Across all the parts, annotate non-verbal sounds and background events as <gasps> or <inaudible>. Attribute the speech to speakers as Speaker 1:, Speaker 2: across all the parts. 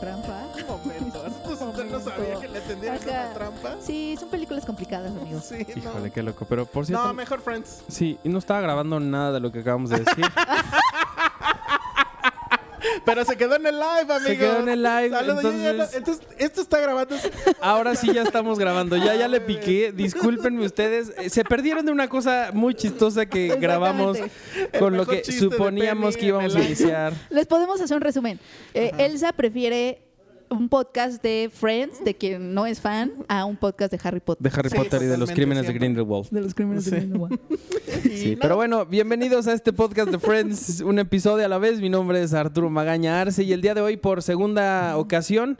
Speaker 1: trampa.
Speaker 2: <laughs>
Speaker 3: Momentos. Pues usted no sabía
Speaker 1: Momento.
Speaker 3: que le tendrían
Speaker 1: Ajá.
Speaker 3: una trampa.
Speaker 1: Sí, son películas complicadas, amigos.
Speaker 3: Sí, no.
Speaker 2: Híjole, qué loco. Pero por cierto,
Speaker 3: No, mejor Friends.
Speaker 2: sí, y no estaba grabando nada de lo que acabamos de decir. <laughs>
Speaker 3: Pero se quedó en el live, amigo.
Speaker 2: quedó en el live,
Speaker 3: Saludos, yo ya no-
Speaker 2: entonces-
Speaker 3: entonces, esto está grabando.
Speaker 2: Ahora sí ya estamos grabando. Ya, ya
Speaker 3: <laughs>
Speaker 2: le piqué. Discúlpenme ustedes. Eh, Se perdieron de una cosa muy chistosa que grabamos
Speaker 3: El
Speaker 2: con lo
Speaker 3: mejor
Speaker 2: que
Speaker 3: chiste de
Speaker 2: suponíamos
Speaker 3: Penny
Speaker 2: que
Speaker 3: en
Speaker 2: íbamos a
Speaker 3: el
Speaker 2: iniciar.
Speaker 1: Les podemos hacer un resumen. Eh, Elsa prefiere un podcast de Friends, de quien no es fan, a un podcast de Harry Potter.
Speaker 2: De Harry
Speaker 3: Sí,
Speaker 2: Potter y de los
Speaker 3: totalmente,
Speaker 2: crímenes de
Speaker 3: siempre.
Speaker 2: Grindelwald.
Speaker 1: De los crímenes
Speaker 3: Sí.
Speaker 1: de Grindelwald.
Speaker 2: Sí, pero bueno, bienvenidos a este podcast
Speaker 3: <laughs>
Speaker 2: de Friends, un episodio a la vez. Mi nombre es Arturo Magaña Arce y el día de hoy, por segunda ocasión,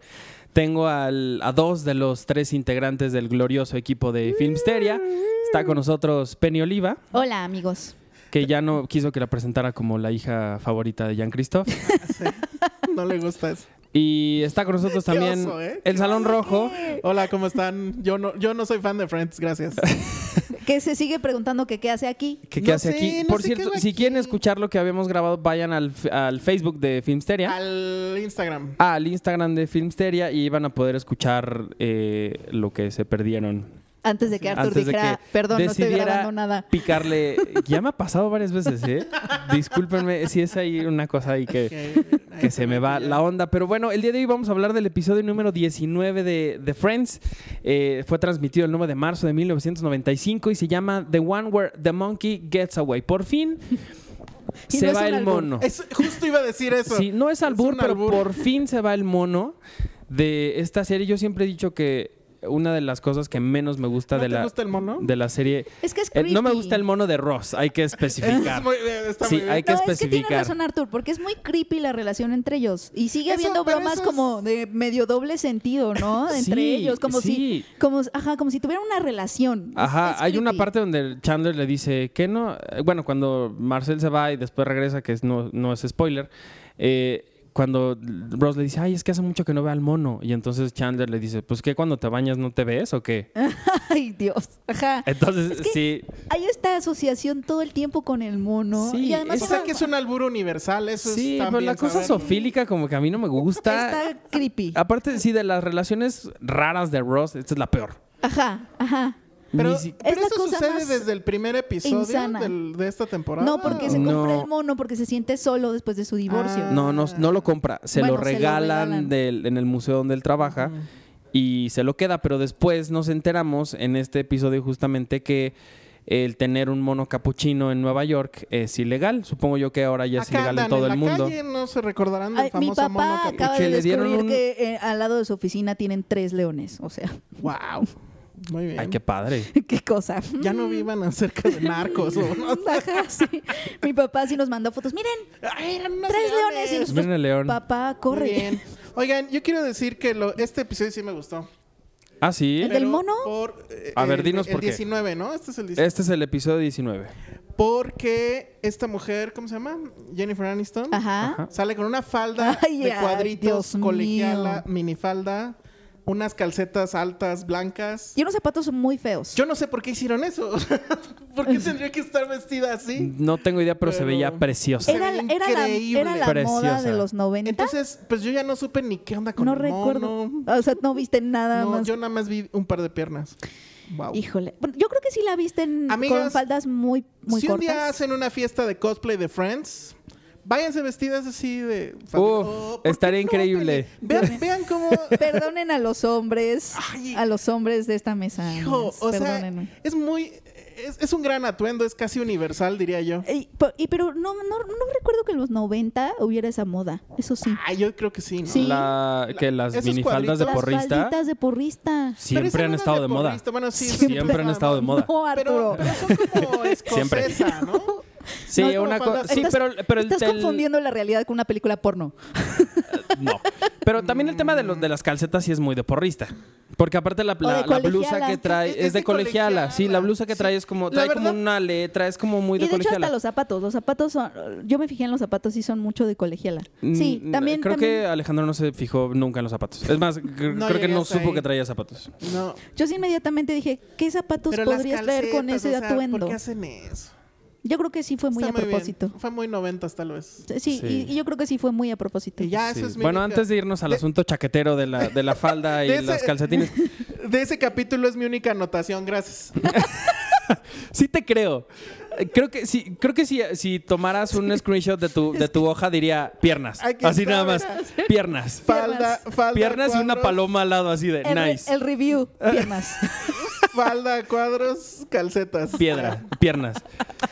Speaker 2: tengo al- a dos de los tres integrantes del glorioso equipo de Filmsteria. Está con nosotros Penny Oliva,
Speaker 1: Hola, amigos.
Speaker 2: que ya no quiso que la presentara como la hija favorita de Jean-Christophe.
Speaker 3: No le gusta eso.
Speaker 2: Y está con
Speaker 3: <laughs>
Speaker 2: nosotros también
Speaker 3: oso, ¿eh?
Speaker 2: el Salón Rojo.
Speaker 3: Hola, ¿cómo están? Yo no, yo no soy fan de Friends, gracias.
Speaker 1: Que se sigue preguntando que qué hace aquí.
Speaker 2: que qué
Speaker 3: No
Speaker 2: hace
Speaker 3: sé,
Speaker 2: aquí?
Speaker 3: no
Speaker 2: Por
Speaker 3: sé qué
Speaker 2: cierto,
Speaker 3: hago
Speaker 2: si quieren
Speaker 3: aquí.
Speaker 2: escuchar lo que habíamos grabado, vayan al, f- al Facebook de Filmsteria.
Speaker 3: Al Instagram.
Speaker 2: al Instagram de Filmsteria y van a poder escuchar eh, lo que se perdieron.
Speaker 1: Antes de que Arthur
Speaker 2: Antes de
Speaker 1: dijera,
Speaker 2: que
Speaker 1: perdón, no estoy
Speaker 2: decidiera
Speaker 1: grabando nada. <laughs>
Speaker 2: Picarle. Ya me ha pasado varias veces, ¿eh? Discúlpenme si es ahí una cosa ahí que, que se me va la onda. Pero bueno, el día de hoy vamos a hablar del episodio número 19 de, de Friends. Eh, fue transmitido el 9 de marzo de 1995 y se llama The One Where the Monkey Gets Away. Por fin
Speaker 1: Y
Speaker 2: se
Speaker 1: no es
Speaker 2: va
Speaker 1: un
Speaker 2: el
Speaker 1: albur.
Speaker 2: mono.
Speaker 3: Es- justo iba a decir eso.
Speaker 2: Sí, no es albur,
Speaker 3: un
Speaker 2: pero
Speaker 3: albur.
Speaker 2: por fin se va el mono de esta serie. Yo siempre he dicho que una de las cosas que menos me gusta,
Speaker 3: ¿No
Speaker 2: de,
Speaker 3: te
Speaker 2: la,
Speaker 3: gusta el mono?
Speaker 2: de la serie...
Speaker 1: Es que es
Speaker 2: Eh,
Speaker 1: creepy.
Speaker 2: no me gusta el mono de Ross, hay que
Speaker 3: Es
Speaker 2: especificar.
Speaker 3: muy- eh, está
Speaker 2: Sí,
Speaker 3: muy bien.
Speaker 2: hay que
Speaker 1: no, es que tiene
Speaker 2: especificar.
Speaker 1: razón Arthur, porque es muy creepy la relación entre ellos. Y sigue
Speaker 3: Eso,
Speaker 1: habiendo
Speaker 3: pero
Speaker 1: bromas
Speaker 3: eso es-
Speaker 1: como de medio doble sentido,
Speaker 2: <laughs>
Speaker 1: ¿no? Entre
Speaker 2: Sí,
Speaker 1: ellos, como
Speaker 2: sí.
Speaker 1: si, como, ajá, como si tuvieran una relación. Es-
Speaker 2: Ajá,
Speaker 1: es
Speaker 2: hay una
Speaker 1: creepy.
Speaker 2: parte donde Chandler le dice que no. eh, Bueno, cuando Marcel se va y después regresa, que es- no, no es spoiler. eh, cuando Ross le dice, ay, es que hace mucho que no ve al mono. Y entonces Chandler le dice, pues, ¿qué cuando te bañas no te ves o qué?
Speaker 1: Ay, Dios. Ajá.
Speaker 2: Entonces,
Speaker 1: Ah, Es que-
Speaker 2: sí,
Speaker 1: Hay esta asociación todo el tiempo con el mono.
Speaker 2: Sí,
Speaker 1: y además
Speaker 3: O
Speaker 2: es-
Speaker 3: sea que es un albur universal, eso
Speaker 2: Sí,
Speaker 3: es
Speaker 2: pero la
Speaker 3: también
Speaker 2: cosa
Speaker 3: saberlo.
Speaker 2: sofílica como que a mí no me
Speaker 1: está,
Speaker 2: gusta.
Speaker 1: creepy.
Speaker 2: Aparte, sí, de las relaciones raras de Ross, esta es la peor.
Speaker 1: Ajá, ajá.
Speaker 3: Pero,
Speaker 2: Ni si-
Speaker 3: pero
Speaker 1: Es la
Speaker 3: eso
Speaker 1: cosa
Speaker 3: sucede
Speaker 1: más
Speaker 3: desde el primer episodio
Speaker 1: insana.
Speaker 3: del- de esta temporada.
Speaker 1: No, porque se
Speaker 2: No.
Speaker 1: compra el mono porque se siente solo después de su divorcio.
Speaker 3: Ah.
Speaker 2: No, no, no lo compra. Se
Speaker 1: Bueno,
Speaker 2: lo
Speaker 1: se lo
Speaker 2: regalan,
Speaker 1: regalan.
Speaker 2: del- en el museo donde él trabaja y se lo queda. Pero después nos enteramos en este episodio justamente que el tener un mono capuchino en Nueva York es ilegal. Supongo yo que ahora ya es
Speaker 3: Acá
Speaker 2: ilegal
Speaker 3: andan
Speaker 2: en todo
Speaker 3: la
Speaker 2: el mundo.
Speaker 3: calle, no se recordarán del
Speaker 1: Ay, mi
Speaker 3: famoso mono
Speaker 1: papá
Speaker 3: que-
Speaker 1: acaba
Speaker 2: Que
Speaker 1: de
Speaker 2: le dieron
Speaker 1: descubrir
Speaker 2: un-
Speaker 1: que eh, al lado de su oficina tienen tres leones. O sea, <laughs>
Speaker 3: Wow. Muy bien.
Speaker 2: Ay, qué padre.
Speaker 1: qué
Speaker 2: <laughs>
Speaker 1: cosa.
Speaker 3: Ya no vivan acerca de narcos. o-
Speaker 1: Ajá, sí. Mi papá sí nos mandó fotos. Miren,
Speaker 3: Ay, eran unos
Speaker 1: tres leones y nosotros,
Speaker 2: Miren el león.
Speaker 1: papá,
Speaker 3: Muy
Speaker 1: corre.
Speaker 3: bien. Oigan, yo quiero decir que lo- este episodio sí me gustó.
Speaker 2: Ah, sí.
Speaker 1: ¿El del
Speaker 3: pero
Speaker 1: mono?
Speaker 3: por, eh,
Speaker 2: A ver,
Speaker 3: el-
Speaker 2: dinos
Speaker 3: el
Speaker 2: por qué.
Speaker 3: 19, ¿no? Este es el 19.
Speaker 2: Este es el episodio 19.
Speaker 3: Porque esta mujer, ¿cómo se llama? Jennifer Aniston.
Speaker 1: Ajá.
Speaker 2: Ajá.
Speaker 3: Sale con una falda
Speaker 1: <laughs> Ay,
Speaker 3: de
Speaker 1: ay,
Speaker 3: cuadritos,
Speaker 1: Dios mío.
Speaker 3: colegiala, minifalda, unas calcetas altas, blancas.
Speaker 1: Y unos zapatos muy feos.
Speaker 3: Yo no sé por qué hicieron eso. <laughs>
Speaker 1: <laughs>
Speaker 3: ¿Por qué tendría que estar vestida así?
Speaker 2: No tengo idea, pero, se
Speaker 3: Pero-
Speaker 2: veía precioso.
Speaker 3: se
Speaker 1: era,
Speaker 3: veía
Speaker 1: era la,
Speaker 3: increíble.
Speaker 1: era la
Speaker 2: Preciosa.
Speaker 1: moda de los 90.
Speaker 3: Entonces, pues yo ya no supe ni qué onda con
Speaker 1: no
Speaker 3: el
Speaker 1: recuerdo.
Speaker 3: mono.
Speaker 1: O sea, no viste nada
Speaker 3: No,
Speaker 1: más.
Speaker 3: yo nada más vi un par de piernas. Wow.
Speaker 1: Híjole. Bueno, yo creo que sí la viste en-
Speaker 3: Amigas,
Speaker 1: con faldas muy, muy
Speaker 3: si un
Speaker 1: cortas.
Speaker 3: día hacen una fiesta de cosplay de Friends, váyanse vestidas así de... ¿por qué
Speaker 2: estaría
Speaker 3: no,
Speaker 2: increíble.
Speaker 3: Pele? Vean, vean
Speaker 1: <laughs>
Speaker 3: cómo...
Speaker 1: Perdonen a los hombres,
Speaker 3: Ay.
Speaker 1: a los hombres de esta mesa.
Speaker 3: Hijo,
Speaker 1: amigas,
Speaker 3: o sea,
Speaker 1: Perdónenme.
Speaker 3: es muy... Es, es un gran atuendo, es casi universal, diría yo.
Speaker 1: Y, pero- y- pero no, no, no recuerdo que en los 90 hubiera esa moda. Eso sí.
Speaker 3: Ah, yo creo que sí, ¿no?
Speaker 1: Sí.
Speaker 2: La- que las
Speaker 3: Esos
Speaker 2: minifaldas de
Speaker 1: Las
Speaker 2: porrista
Speaker 1: falditas de porrista.
Speaker 3: Pero esa
Speaker 2: siempre han
Speaker 3: moda
Speaker 2: estado de moda.
Speaker 3: porrista, Bueno, sí,
Speaker 1: Siempre
Speaker 2: Siempre han estado de moda.
Speaker 1: No, Arturo.
Speaker 3: Pero, pero son
Speaker 1: <laughs>
Speaker 3: como escocesa, ¿no?
Speaker 2: Sí,
Speaker 3: No es como
Speaker 2: una co-
Speaker 3: faldas-
Speaker 2: sí,
Speaker 1: Estás-
Speaker 2: pero, pero el,
Speaker 1: Estás
Speaker 2: el-
Speaker 1: confundiendo la realidad con una película porno.
Speaker 2: no. Pero también el tema de, los de las calcetas sí es muy de porrista. Porque aparte la, la-
Speaker 1: de
Speaker 2: la blusa
Speaker 1: colegiala.
Speaker 2: que trae
Speaker 3: Es-
Speaker 2: es,
Speaker 3: es
Speaker 2: de
Speaker 3: de
Speaker 2: colegiala.
Speaker 3: colegiala.
Speaker 2: Sí, la blusa que
Speaker 3: Sí.
Speaker 2: trae es
Speaker 3: La
Speaker 2: como, trae
Speaker 3: verdad-
Speaker 2: como una letra, es como muy
Speaker 1: Y de
Speaker 2: de,
Speaker 1: hecho
Speaker 2: colegiala.
Speaker 1: hasta los zapatos. Los zapatos son... Yo me fijé en los zapatos y son mucho de colegiala. Sí,
Speaker 2: Mm,
Speaker 1: también...
Speaker 2: Creo
Speaker 1: también-
Speaker 2: que Alejandro no se fijó nunca en los zapatos. Es más, cr-
Speaker 3: No
Speaker 2: creo que
Speaker 3: llegué
Speaker 2: no
Speaker 3: hasta
Speaker 2: supo
Speaker 3: ahí.
Speaker 2: que traía zapatos.
Speaker 3: No.
Speaker 1: Yo sí inmediatamente dije, ¿qué zapatos
Speaker 3: Pero las
Speaker 1: podrías traer con
Speaker 3: calcetas,
Speaker 1: ese
Speaker 3: o sea,
Speaker 1: atuendo?
Speaker 3: ¿Por qué hacen eso?
Speaker 1: Yo creo que sí fue muy
Speaker 3: Está
Speaker 1: a
Speaker 3: bien.
Speaker 1: propósito.
Speaker 3: Fue muy noventas, tal vez.
Speaker 1: Sí,
Speaker 2: Sí.
Speaker 1: Y, y yo creo que sí fue muy a propósito.
Speaker 3: Y ya,
Speaker 2: Sí.
Speaker 3: Ah, eso es mi
Speaker 2: bueno,
Speaker 3: única-
Speaker 2: antes de irnos al
Speaker 3: de-
Speaker 2: asunto chaquetero de la, de la falda y
Speaker 3: De ese-
Speaker 2: las calcetines.
Speaker 3: De ese capítulo es mi única
Speaker 1: <laughs>
Speaker 3: anotación, gracias.
Speaker 2: Sí te creo. Eh, Creo que sí, creo que si, si tomaras un screenshot de tu, de tu hoja diría piernas.
Speaker 3: Aquí
Speaker 2: Así
Speaker 3: está,
Speaker 2: nada más. Piernas.
Speaker 3: Falda, falda.
Speaker 2: Piernas y una
Speaker 3: cuadros,
Speaker 2: paloma al lado así de
Speaker 1: El, re-
Speaker 2: nice.
Speaker 1: el
Speaker 2: <laughs>
Speaker 1: review, piernas.
Speaker 3: Falda, cuadros, calcetas.
Speaker 2: Piedra, piernas.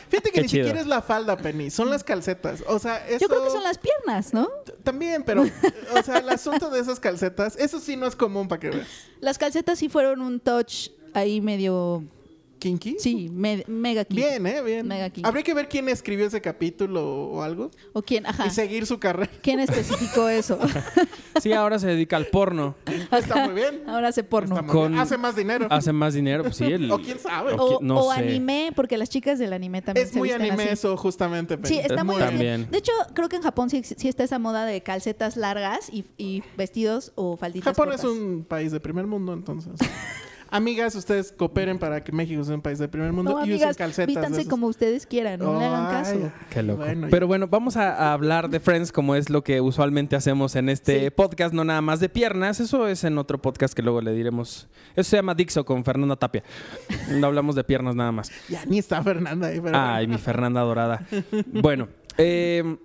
Speaker 3: Fíjate que
Speaker 2: Qué
Speaker 3: ni
Speaker 2: chido.
Speaker 3: siquiera es la falda, Penny, son las calcetas. O sea, eso
Speaker 1: Yo creo que son las piernas, ¿no?
Speaker 3: también, pero o sea, el asunto de esas calcetas, eso sí no es común para que veas.
Speaker 1: Las calcetas sí fueron un touch ahí medio.
Speaker 3: ¿Kinky?
Speaker 1: Sí, me- mega kinky.
Speaker 3: Bien, eh, bien.
Speaker 1: Mega kinky.
Speaker 3: Habría que ver quién escribió ese capítulo o algo
Speaker 1: ¿O quién? Ajá.
Speaker 3: y seguir su carrera. <laughs>
Speaker 1: ¿Quién especificó eso?
Speaker 2: Sí, ahora se dedica
Speaker 3: <laughs>
Speaker 2: al porno.
Speaker 3: Está muy bien.
Speaker 1: Ahora hace
Speaker 3: Está
Speaker 1: porno.
Speaker 3: muy
Speaker 2: Con-
Speaker 3: bien. Hace más dinero.
Speaker 2: Hace más dinero. Pues sí, el-
Speaker 3: O quién sabe.
Speaker 2: o
Speaker 1: O,
Speaker 2: qui- no
Speaker 1: o
Speaker 2: sé.
Speaker 1: anime, porque las chicas del anime también
Speaker 3: es
Speaker 1: se
Speaker 3: muy
Speaker 1: visten
Speaker 3: anime
Speaker 1: así.
Speaker 3: eso, justamente. Penny.
Speaker 1: Sí, está muy
Speaker 2: También.
Speaker 1: bien. De hecho, creo que en Japón sí, sí está esa moda de calcetas largas y, y vestidos o falditas.
Speaker 3: Japón
Speaker 1: cortas.
Speaker 3: es un país de primer mundo, entonces. <laughs> Amigas, ustedes cooperen para que México sea un país de primer mundo
Speaker 1: No,
Speaker 3: y usen
Speaker 1: amigas,
Speaker 3: calcetas. de
Speaker 1: vístanse
Speaker 3: esas.
Speaker 1: como ustedes quieran, no le hagan
Speaker 3: Ay,
Speaker 1: caso.
Speaker 2: Qué loco.
Speaker 3: Bueno,
Speaker 2: Pero bueno, vamos a, a hablar de Friends como es lo que usualmente hacemos en este
Speaker 1: Sí.
Speaker 2: podcast, no nada más de piernas. Eso es en otro podcast que luego le diremos. Eso se llama Dixo con Fernanda Tapia. No hablamos de piernas nada más.
Speaker 3: ya ni está Fernanda ahí, pero
Speaker 2: Ay, mi Fernanda Dorada. Bueno, eh,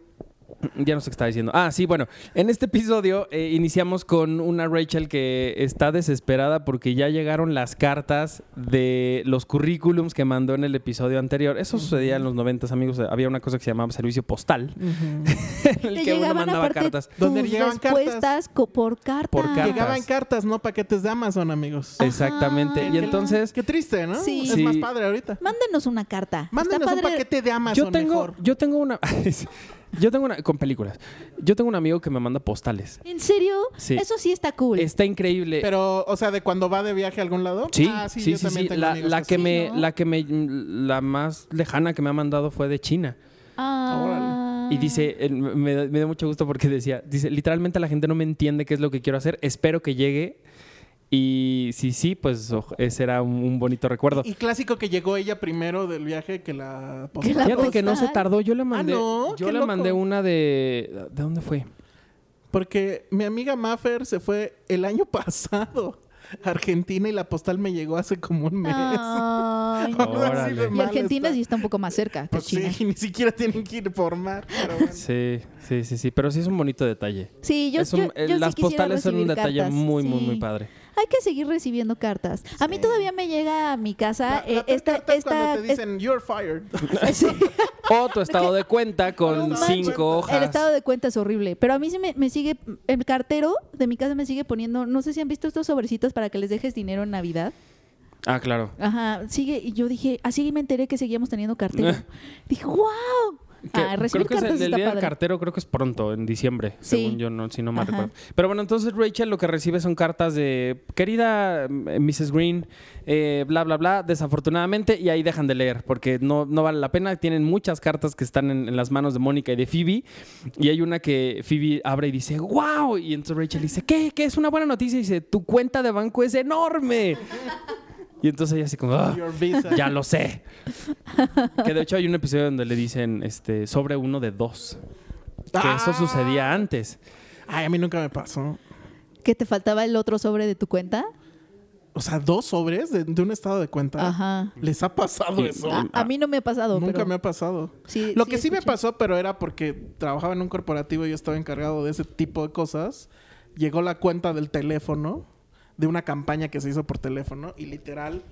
Speaker 2: ya no sé qué estaba diciendo. Ah, sí, bueno, en este episodio eh, iniciamos con una Rachel que está desesperada porque ya llegaron las cartas de los currículums que mandó en el episodio anterior. Eso sucedía en los 90, amigos. Había una cosa que se llamaba servicio postal, <laughs> en
Speaker 1: Te
Speaker 2: el que uno
Speaker 1: llegaban
Speaker 2: mandaba
Speaker 1: aparte
Speaker 2: cartas.
Speaker 1: tus
Speaker 3: Donde llegaban cartas.
Speaker 1: respuestas co- por carta.
Speaker 2: Por carta.
Speaker 3: llegaban cartas, no paquetes de Amazon, amigos.
Speaker 1: Ajá.
Speaker 2: Exactamente. Y entonces,
Speaker 3: Qué triste, ¿no?
Speaker 1: Sí.
Speaker 3: Es
Speaker 2: Sí.
Speaker 3: más padre ahorita.
Speaker 1: Mándenos una carta.
Speaker 3: Mándenos
Speaker 1: Está
Speaker 3: un
Speaker 1: padre-
Speaker 3: paquete de Amazon
Speaker 2: yo tengo,
Speaker 3: mejor.
Speaker 2: yo tengo una. <laughs> Yo tengo una. Con películas. Yo tengo un amigo que me manda postales.
Speaker 1: ¿En serio?
Speaker 2: Sí.
Speaker 1: Eso sí está cool.
Speaker 2: Está increíble.
Speaker 3: Pero, o sea, de cuando va de viaje a algún lado.
Speaker 2: Sí,
Speaker 3: Ah, sí,
Speaker 2: sí,
Speaker 3: yo
Speaker 2: sí,
Speaker 3: también
Speaker 2: sí.
Speaker 3: tengo
Speaker 2: La,
Speaker 3: amigos
Speaker 2: la que
Speaker 3: así.
Speaker 2: me,
Speaker 1: ¿no?
Speaker 2: la que me, la más lejana que me ha mandado fue de China.
Speaker 1: Ah.
Speaker 2: Y dice, eh, me, da- me dio mucho gusto porque decía, dice, literalmente la gente no me entiende qué es lo que quiero hacer. Espero que llegue. Y si sí, pues oj- ese era un, un bonito recuerdo.
Speaker 3: Y clásico que llegó ella primero del viaje que la
Speaker 1: Que la-
Speaker 3: postal.
Speaker 2: Fíjate que no se
Speaker 1: postal. Ah,
Speaker 2: tardó. Yo le mandé,
Speaker 3: no,
Speaker 2: yo
Speaker 3: qué
Speaker 2: le
Speaker 3: loco.
Speaker 2: mandé una de, ¿de dónde fue?
Speaker 3: Porque mi amiga Maffer se fue el año <laughs> pasado a Argentina y la postal me llegó hace como un <laughs> mes.
Speaker 1: Ay,
Speaker 3: Ahora sí
Speaker 2: Órale.
Speaker 3: de
Speaker 1: Ah. <laughs> Y
Speaker 3: mal
Speaker 1: Argentina
Speaker 3: está.
Speaker 1: sí está un poco más cerca que
Speaker 3: Pues
Speaker 1: China.
Speaker 3: sí, <laughs> ni siquiera tienen que informar. Pero
Speaker 2: <laughs>
Speaker 3: bueno.
Speaker 2: Sí, sí, sí, sí. Pero sí es un bonito detalle.
Speaker 1: Sí, yo,
Speaker 2: Es un-
Speaker 1: yo-
Speaker 2: eh,
Speaker 1: yo sí
Speaker 2: las
Speaker 1: quisiera
Speaker 2: postales son un
Speaker 1: recibir
Speaker 2: detalle
Speaker 1: cartas,
Speaker 2: muy, muy,
Speaker 1: sí.
Speaker 2: muy padre.
Speaker 1: Hay que seguir recibiendo cartas. A mí todavía me llega a mi
Speaker 3: La-
Speaker 1: casa
Speaker 3: la
Speaker 1: eh,
Speaker 3: peor
Speaker 1: esta,
Speaker 3: carta es
Speaker 1: esta,
Speaker 3: cuando te dicen you're fired.
Speaker 1: esta- <laughs>
Speaker 2: <laughs>
Speaker 1: sí.
Speaker 2: O tu estado de cuenta
Speaker 1: No
Speaker 2: con
Speaker 1: manches.
Speaker 2: cinco hojas.
Speaker 1: El estado de cuenta es horrible, pero a mí sí me, me sigue, el cartero de mi casa me sigue poniendo, no sé si han visto estos sobrecitos para que les dejes dinero en Navidad.
Speaker 2: Ah, claro.
Speaker 1: Ajá, sigue, y yo dije, así me enteré que seguíamos teniendo
Speaker 3: <laughs>
Speaker 1: cartero. dije, wow.
Speaker 2: Que
Speaker 1: Ah, recibir
Speaker 2: creo que es
Speaker 1: cartas
Speaker 2: el, el
Speaker 1: está
Speaker 2: día del
Speaker 1: padre.
Speaker 2: cartero creo que es pronto, en diciembre,
Speaker 1: Sí.
Speaker 2: según yo, no, si no me
Speaker 1: Ajá.
Speaker 2: recuerdo. Pero bueno, entonces Rachel lo que recibe son cartas de querida eh, Mrs. Green, eh, bla, bla, bla, desafortunadamente, y ahí dejan de leer, porque no, no vale la pena. Tienen muchas cartas que están en, en las manos de Mónica y de Phoebe, y hay una que Phoebe abre y dice, wow, y entonces Rachel dice, ¿qué? ¿Qué es una buena noticia? Y dice, tu cuenta de banco es enorme. Y entonces ella así como, "Ah".
Speaker 3: Your visa.
Speaker 2: Ya lo sé. <laughs> que de hecho hay un episodio donde le dicen este, sobre uno de dos. Que eso
Speaker 3: Ah.
Speaker 2: sucedía antes.
Speaker 3: Ay, a mí nunca me pasó.
Speaker 1: Que te faltaba el otro sobre de tu cuenta.
Speaker 3: O sea, dos sobres de, de un estado de cuenta.
Speaker 1: Ajá.
Speaker 3: ¿Les ha pasado
Speaker 2: Sí.
Speaker 3: eso?
Speaker 1: A, a mí no me ha pasado,
Speaker 3: Nunca
Speaker 1: pero
Speaker 3: me ha pasado.
Speaker 1: sí-
Speaker 3: Lo que sí me
Speaker 1: escuché.
Speaker 3: pasó, pero era porque trabajaba en un corporativo y yo estaba encargado de ese tipo de cosas. Llegó la cuenta del teléfono, de una campaña que se hizo por teléfono, y literal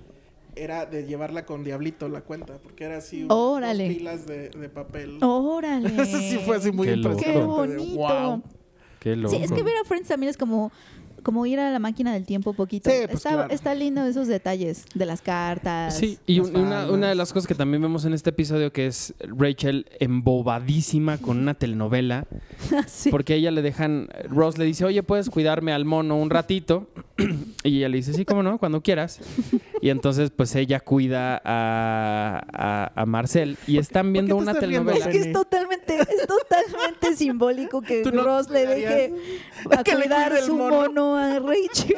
Speaker 3: era de llevarla con diablito la cuenta, porque era así unas
Speaker 1: Órale.
Speaker 3: dos pilas de, de papel.
Speaker 1: Órale.
Speaker 3: <laughs> Eso sí fue así muy
Speaker 2: Qué loco.
Speaker 3: impresionante.
Speaker 1: Qué
Speaker 3: de,
Speaker 1: bonito.
Speaker 3: wow.
Speaker 2: Qué loco.
Speaker 1: Sí, es que ver a Friends también es como, como ir a la máquina del tiempo poquito.
Speaker 3: Sí, pues,
Speaker 1: está,
Speaker 3: claro.
Speaker 1: está lindo esos detalles de las cartas.
Speaker 2: Sí, y
Speaker 3: las
Speaker 2: un- una,
Speaker 3: faldas.
Speaker 2: una de las cosas que también vemos en este episodio que es Rachel embobadísima con una telenovela,
Speaker 1: <laughs> Sí.
Speaker 2: porque a ella le dejan, Ross le dice, oye, ¿puedes cuidarme al mono un ratito? <clears throat> y ella le dice, sí, cómo no, cuando quieras. Y entonces pues ella cuida a, a- a Marcel y están viendo
Speaker 3: te
Speaker 2: una
Speaker 3: estás riendo,
Speaker 2: telenovela.
Speaker 1: Es que es totalmente, es
Speaker 2: <laughs>
Speaker 1: totalmente simbólico que
Speaker 3: Tú no
Speaker 1: Ross le deje
Speaker 3: cuidarías
Speaker 1: a
Speaker 3: que le
Speaker 1: cuidar
Speaker 3: cuide el
Speaker 1: su
Speaker 3: mono.
Speaker 1: mono. a
Speaker 3: <laughs>
Speaker 1: Rachel.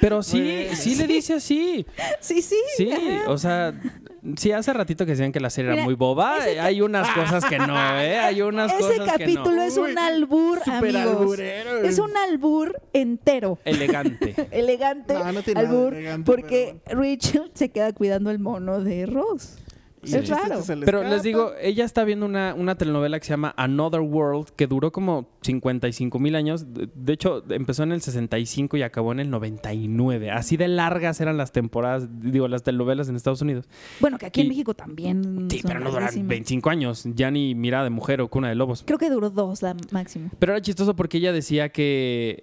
Speaker 2: Pero sí,
Speaker 3: Bueno.
Speaker 2: sí le dice así.
Speaker 1: Sí, sí.
Speaker 2: Sí, o sea, Sí, hace ratito que decían que la serie era
Speaker 1: Mira,
Speaker 2: muy boba.
Speaker 1: ese
Speaker 2: eh, Hay unas cosas que no, ¿eh? Hay unas
Speaker 1: Ese
Speaker 2: cosas
Speaker 1: capítulo
Speaker 2: que no.
Speaker 1: es un
Speaker 3: Uy,
Speaker 1: albur,
Speaker 3: súper
Speaker 1: amigos.
Speaker 3: alburero.
Speaker 1: Es un albur entero. <laughs>
Speaker 2: Eh, Elegante.
Speaker 1: Elegante,
Speaker 3: No, no tiene nada de
Speaker 1: albur,
Speaker 3: elegante,
Speaker 1: porque Rachel se queda cuidando el mono de Ross.
Speaker 3: Y el
Speaker 1: es
Speaker 3: chiste es que
Speaker 1: raro.
Speaker 3: se le
Speaker 2: Pero
Speaker 3: escapa.
Speaker 2: les digo, ella está viendo una, una telenovela que se llama Another World, que duró como 55 mil años. De de hecho, empezó en el 65 y acabó en el 99. Así de largas eran las temporadas, digo, las telenovelas en Estados Unidos.
Speaker 1: Bueno, que aquí en
Speaker 2: Y-
Speaker 1: México también.
Speaker 2: Sí,
Speaker 1: Mm, son
Speaker 2: pero no duran
Speaker 1: rarísimas.
Speaker 2: 25 años. Ya ni Mirada de Mujer o Cuna de Lobos.
Speaker 1: Creo que duró dos la máximo.
Speaker 2: Pero era chistoso porque ella decía que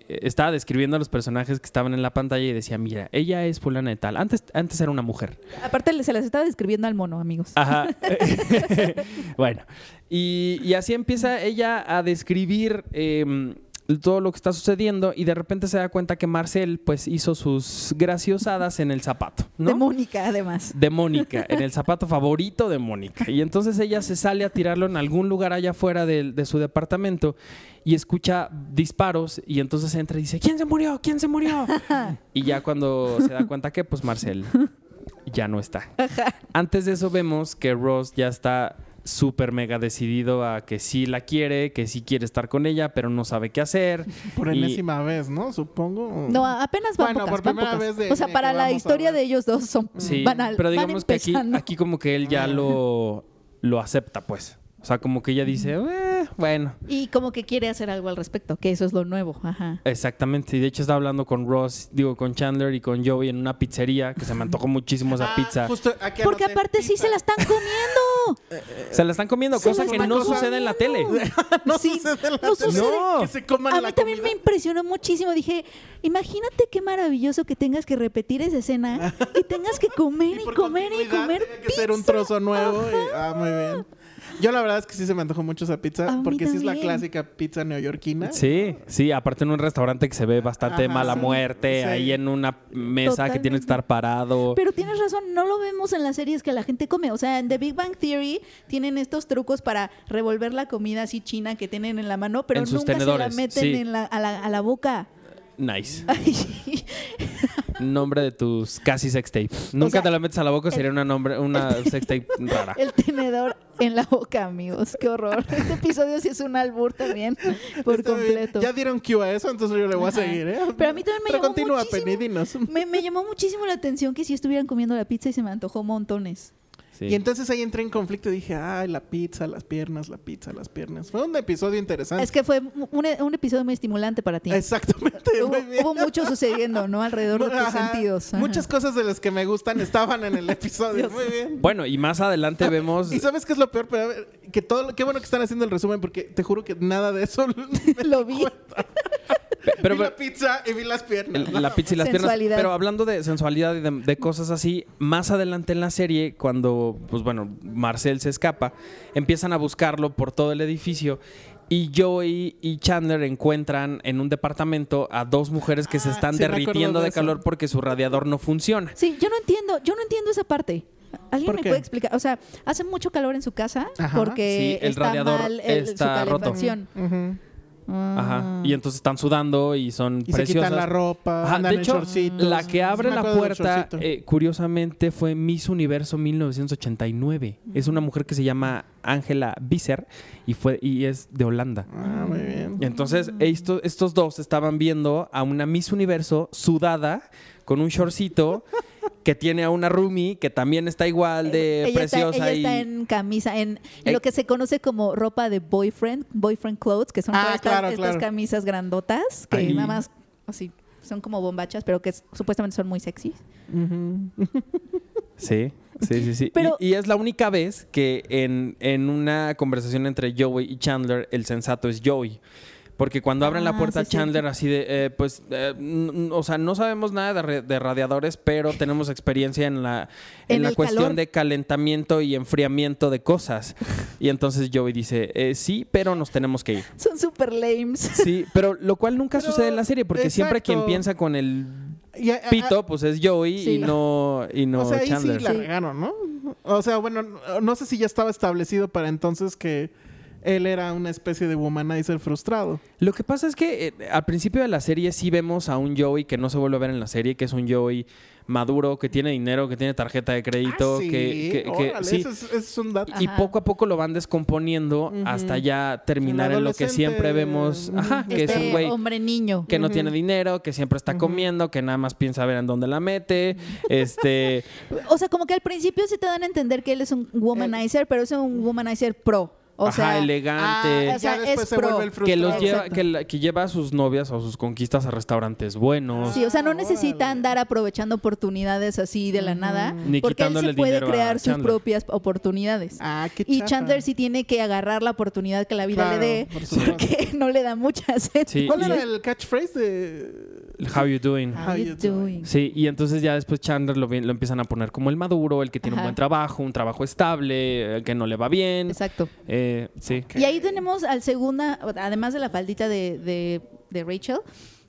Speaker 2: eh, estaba describiendo a los personajes que estaban en la pantalla y decía, mira, ella es fulana de tal. Antes, antes era una mujer.
Speaker 1: Aparte, le- se las estaba describiendo al mono, amigos.
Speaker 2: Ajá. <laughs> bueno. Y, y así empieza ella a describir eh, todo lo que está sucediendo y de repente se da cuenta que Marcel pues hizo sus graciosadas en el zapato, ¿no?
Speaker 1: De Mónica, además.
Speaker 2: de Mónica, en el zapato favorito de Mónica. Y entonces ella se sale a tirarlo en algún lugar allá afuera del- de, su departamento y escucha disparos y entonces entra y dice, ¿quién se murió? ¿quién se murió? Y ya cuando se da cuenta que pues Marcel ya no está. Antes de eso vemos que Ross ya está súper mega decidido a que sí la quiere, que sí quiere estar con ella, pero no sabe qué hacer.
Speaker 3: Por
Speaker 2: Y-
Speaker 3: enésima vez, ¿no? Supongo.
Speaker 1: No, a- apenas van
Speaker 3: Bueno,
Speaker 1: pocas,
Speaker 3: por
Speaker 1: van
Speaker 3: primera
Speaker 1: pocas.
Speaker 3: vez de-
Speaker 1: o sea,
Speaker 3: de
Speaker 1: para
Speaker 3: que
Speaker 1: la
Speaker 3: vamos a
Speaker 1: historia
Speaker 3: hablar.
Speaker 1: de ellos dos son
Speaker 2: Sí,
Speaker 1: van al-
Speaker 2: pero
Speaker 1: van
Speaker 2: digamos que aquí,
Speaker 1: empezando.
Speaker 2: aquí como que él ya lo, lo acepta, pues. O sea, como que ella dice, "Eh, bueno,
Speaker 1: Y como que quiere hacer algo al respecto, que eso es lo nuevo. Ajá.
Speaker 2: exactamente. Y de hecho está hablando con Ross, digo, con Chandler y con Joey en una pizzería, que se me
Speaker 1: <laughs>
Speaker 2: antojó muchísimo esa
Speaker 3: Ah,
Speaker 2: pizza.
Speaker 3: justo aquí
Speaker 1: Porque
Speaker 3: anoté
Speaker 1: aparte sí
Speaker 3: pizza.
Speaker 1: se la están
Speaker 3: <laughs>
Speaker 1: comiendo.
Speaker 2: Se la están comiendo,
Speaker 1: Se
Speaker 2: cosa
Speaker 1: la
Speaker 2: que
Speaker 1: están
Speaker 2: no
Speaker 1: comiendo.
Speaker 2: sucede en la tele.
Speaker 3: <laughs> No
Speaker 1: Sí,
Speaker 3: sucede la
Speaker 1: no sucede.
Speaker 2: No.
Speaker 3: Que se coman
Speaker 1: A
Speaker 3: la
Speaker 1: mí también me
Speaker 3: comida.
Speaker 1: impresionó muchísimo. Dije, imagínate qué maravilloso que tengas que repetir esa
Speaker 3: <laughs>
Speaker 1: escena y tengas que comer y,
Speaker 3: por
Speaker 1: comer y
Speaker 3: continuidad
Speaker 1: comer
Speaker 3: tenía que
Speaker 1: pizza.
Speaker 3: ser un trozo nuevo. y- ah, muy bien. Yo la verdad es que sí se me antojó mucho esa pizza,
Speaker 1: A mí
Speaker 3: porque sí es la
Speaker 1: también.
Speaker 3: clásica pizza neoyorquina.
Speaker 2: Sí, sí, aparte en un restaurante que se ve bastante
Speaker 3: Ajá,
Speaker 2: mala
Speaker 3: sí,
Speaker 2: muerte,
Speaker 3: sí.
Speaker 2: ahí en una mesa que tiene que estar parado.
Speaker 1: Pero tienes razón, no lo vemos en las series que la gente come. O sea, en The Big Bang Theory tienen estos trucos para revolver la comida así china que tienen en la mano, pero
Speaker 2: En sus
Speaker 1: nunca se la
Speaker 2: tenedores,
Speaker 1: meten
Speaker 2: sí.
Speaker 1: en la, a, la, a la boca. <laughs>
Speaker 2: Nice.
Speaker 1: Ay,
Speaker 2: Nombre de tus casi sextape. Nunca
Speaker 1: sea,
Speaker 2: te la metes a la boca, sería una nombre,
Speaker 1: <laughs>
Speaker 2: una sextape rara.
Speaker 1: el tenedor en la boca, amigos. Qué horror. Este episodio sí es un albur también, por
Speaker 3: Está bien.
Speaker 1: completo.
Speaker 3: Ya dieron cue a eso, entonces yo le voy a
Speaker 1: Ajá.
Speaker 3: seguir, ¿eh?
Speaker 1: Pero a mí también me
Speaker 3: Pero
Speaker 1: llamó
Speaker 3: continúa,
Speaker 1: muchísimo.
Speaker 3: Penny, dinos.
Speaker 1: Me, me llamó muchísimo la atención que si estuvieran comiendo la pizza y se me antojó montones.
Speaker 2: Sí.
Speaker 3: Y entonces ahí entré en conflicto y dije, ay, la pizza, las piernas, la pizza, las piernas. Fue un episodio interesante.
Speaker 1: Es que fue un, un episodio muy estimulante para ti.
Speaker 3: Exactamente, muy bien.
Speaker 1: Hubo, hubo mucho sucediendo, ¿no? Alrededor de tus
Speaker 3: Ajá.
Speaker 1: sentidos. Ajá.
Speaker 3: Muchas cosas de las que me gustan
Speaker 1: <laughs>
Speaker 3: estaban en el episodio.
Speaker 1: Dios.
Speaker 3: Muy bien.
Speaker 2: Bueno, y más adelante
Speaker 3: <laughs>
Speaker 2: vemos.
Speaker 3: Y sabes qué es lo peor, pero a ver, que todo, lo- qué bueno que están haciendo el resumen porque te juro que nada de eso. <laughs> me
Speaker 1: Lo vi.
Speaker 2: pero-
Speaker 3: vi la pizza y vi las piernas.
Speaker 2: el- la pizza y las piernas.
Speaker 1: Sensualidad.
Speaker 2: Pero hablando de sensualidad y de, de cosas así, más adelante en la serie, cuando, pues bueno, Marcel se escapa, empiezan a buscarlo por todo el edificio. Y Joey y Chandler encuentran en un departamento a dos mujeres que se
Speaker 3: Ah,
Speaker 2: están
Speaker 3: sí me acuerdo
Speaker 2: derritiendo
Speaker 3: de
Speaker 2: de
Speaker 3: eso.
Speaker 2: calor porque su radiador no funciona.
Speaker 1: Sí, yo no entiendo, yo no entiendo esa parte. ¿Alguien
Speaker 3: ¿Por
Speaker 1: me
Speaker 3: qué?
Speaker 1: puede explicar? O sea, hace mucho calor en su casa
Speaker 3: Ajá.
Speaker 1: porque
Speaker 2: Sí, el
Speaker 1: está
Speaker 2: radiador
Speaker 1: mal el, su
Speaker 2: está roto. Mm.
Speaker 1: calefacción.
Speaker 3: Ujú.
Speaker 1: Ah.
Speaker 2: Ajá. Y entonces están sudando y son
Speaker 3: Y se
Speaker 2: preciosas.
Speaker 3: quitan la ropa,
Speaker 2: Ajá,
Speaker 3: andan
Speaker 2: de
Speaker 3: en
Speaker 2: hecho,
Speaker 3: shortcitos.
Speaker 2: la que abre
Speaker 3: Sí me
Speaker 2: la
Speaker 3: acuerdo del
Speaker 2: puerta,
Speaker 3: shortcito.
Speaker 2: eh, curiosamente, fue Miss Universo 1989. Es una mujer que se llama Angela Visser y, fue, y es de Holanda.
Speaker 3: Ah, muy bien.
Speaker 2: Y entonces
Speaker 1: Mm.
Speaker 2: esto- estos dos estaban viendo a una Miss Universo sudada con
Speaker 1: <laughs>
Speaker 2: un shortcito que tiene a una roomie que también está igual de
Speaker 1: Ah. ella está,
Speaker 2: preciosa
Speaker 1: ella
Speaker 2: y
Speaker 1: está en camisa, en
Speaker 2: Eh.
Speaker 1: lo que se conoce como ropa de boyfriend, boyfriend clothes, que son
Speaker 3: Ah,
Speaker 1: todas estas-
Speaker 3: claro,
Speaker 1: estas,
Speaker 3: claro.
Speaker 1: camisas grandotas que
Speaker 2: Ahí.
Speaker 1: nada más así son como bombachas, pero que s- supuestamente son muy sexy.
Speaker 3: Ujú.
Speaker 2: Sí, sí, sí, sí.
Speaker 1: Pero-
Speaker 2: y, y es la única vez que en, en una conversación entre Joey y Chandler, el sensato es Joey. Porque cuando abren
Speaker 1: Ah,
Speaker 2: la puerta
Speaker 1: sí,
Speaker 2: a
Speaker 1: es
Speaker 2: Chandler así de, eh, pues, eh, n- n- o sea, no sabemos nada de, re- de radiadores, pero tenemos experiencia en la, en
Speaker 1: En
Speaker 2: la
Speaker 1: el
Speaker 2: cuestión
Speaker 1: calor.
Speaker 2: de calentamiento y enfriamiento de cosas. Y entonces Joey dice, eh, sí, pero nos tenemos que ir.
Speaker 1: Son super lames.
Speaker 2: Sí, pero lo cual nunca
Speaker 3: Pero,
Speaker 2: sucede en la serie, porque siempre quien
Speaker 3: exacto.
Speaker 2: piensa con el
Speaker 3: Y a- a-
Speaker 2: pito, pues es Joey y
Speaker 1: Sí.
Speaker 2: no, y no
Speaker 3: o sea, ahí
Speaker 2: Chandler.
Speaker 3: sí la
Speaker 1: Sí.
Speaker 3: regaron, ¿no? O sea, bueno, no- no sé si ya estaba establecido para entonces que él era una especie de womanizer frustrado.
Speaker 2: Lo que pasa es que eh, al principio de la serie sí vemos a un Joey que no se vuelve a ver en la serie, que es un Joey maduro, que tiene dinero, que tiene tarjeta de crédito,
Speaker 3: Ah, sí.
Speaker 2: que, que- que-
Speaker 3: Órale,
Speaker 2: sí. Ah,
Speaker 3: ese es, ese es un dato.
Speaker 2: Y
Speaker 1: Ajá.
Speaker 2: poco a poco lo van descomponiendo
Speaker 3: Ujú.
Speaker 2: hasta ya terminar
Speaker 3: El
Speaker 2: en lo que
Speaker 3: adolescente.
Speaker 2: siempre vemos,
Speaker 3: Ujú.
Speaker 2: ajá, que es
Speaker 1: este
Speaker 2: un güey
Speaker 1: hombre niño.
Speaker 2: que no
Speaker 3: Ujú.
Speaker 2: tiene dinero, que siempre está comiendo, que nada más piensa ver en dónde
Speaker 3: <laughs>
Speaker 2: la mete, este,
Speaker 1: O sea, como que al principio sí te dan a entender que él es un womanizer, pero es un womanizer pro. O
Speaker 2: Ajá,
Speaker 1: sea,
Speaker 2: elegante.
Speaker 1: ah, o sea,
Speaker 3: ya después
Speaker 1: es
Speaker 3: se
Speaker 1: pro.
Speaker 3: vuelve el
Speaker 2: que
Speaker 3: frustrado.
Speaker 2: los lleva,
Speaker 1: Exacto.
Speaker 2: que, la- que lleva a sus novias o a sus conquistas a restaurantes buenos.
Speaker 1: Sí, o sea, no
Speaker 3: Ah,
Speaker 1: necesita
Speaker 3: órale.
Speaker 1: andar aprovechando oportunidades así de la nada,
Speaker 2: Ni
Speaker 1: porque él
Speaker 2: quitándole
Speaker 1: se
Speaker 2: el
Speaker 1: puede
Speaker 2: dinero a
Speaker 1: crear sus
Speaker 2: Chandler.
Speaker 1: propias oportunidades.
Speaker 3: Ah, qué
Speaker 1: y
Speaker 3: chafa.
Speaker 1: Chandler sí tiene que agarrar la oportunidad que la vida
Speaker 3: Claro,
Speaker 1: le dé,
Speaker 3: por supuesto.
Speaker 1: porque <laughs> no le da muchas.
Speaker 2: <laughs> Sí,
Speaker 3: ¿Cuál
Speaker 2: y-
Speaker 3: era el catchphrase de
Speaker 2: el How you doing?
Speaker 1: How you doing?
Speaker 2: Sí, y entonces ya después Chandler lo, vi- lo empiezan a poner como el maduro, el que tiene un
Speaker 1: Ajá.
Speaker 2: buen trabajo, un trabajo estable, eh, que no le va bien.
Speaker 1: Exacto.
Speaker 2: Eh, sí.
Speaker 1: Y ahí tenemos al segunda, además de la faldita de, de- de Rachel,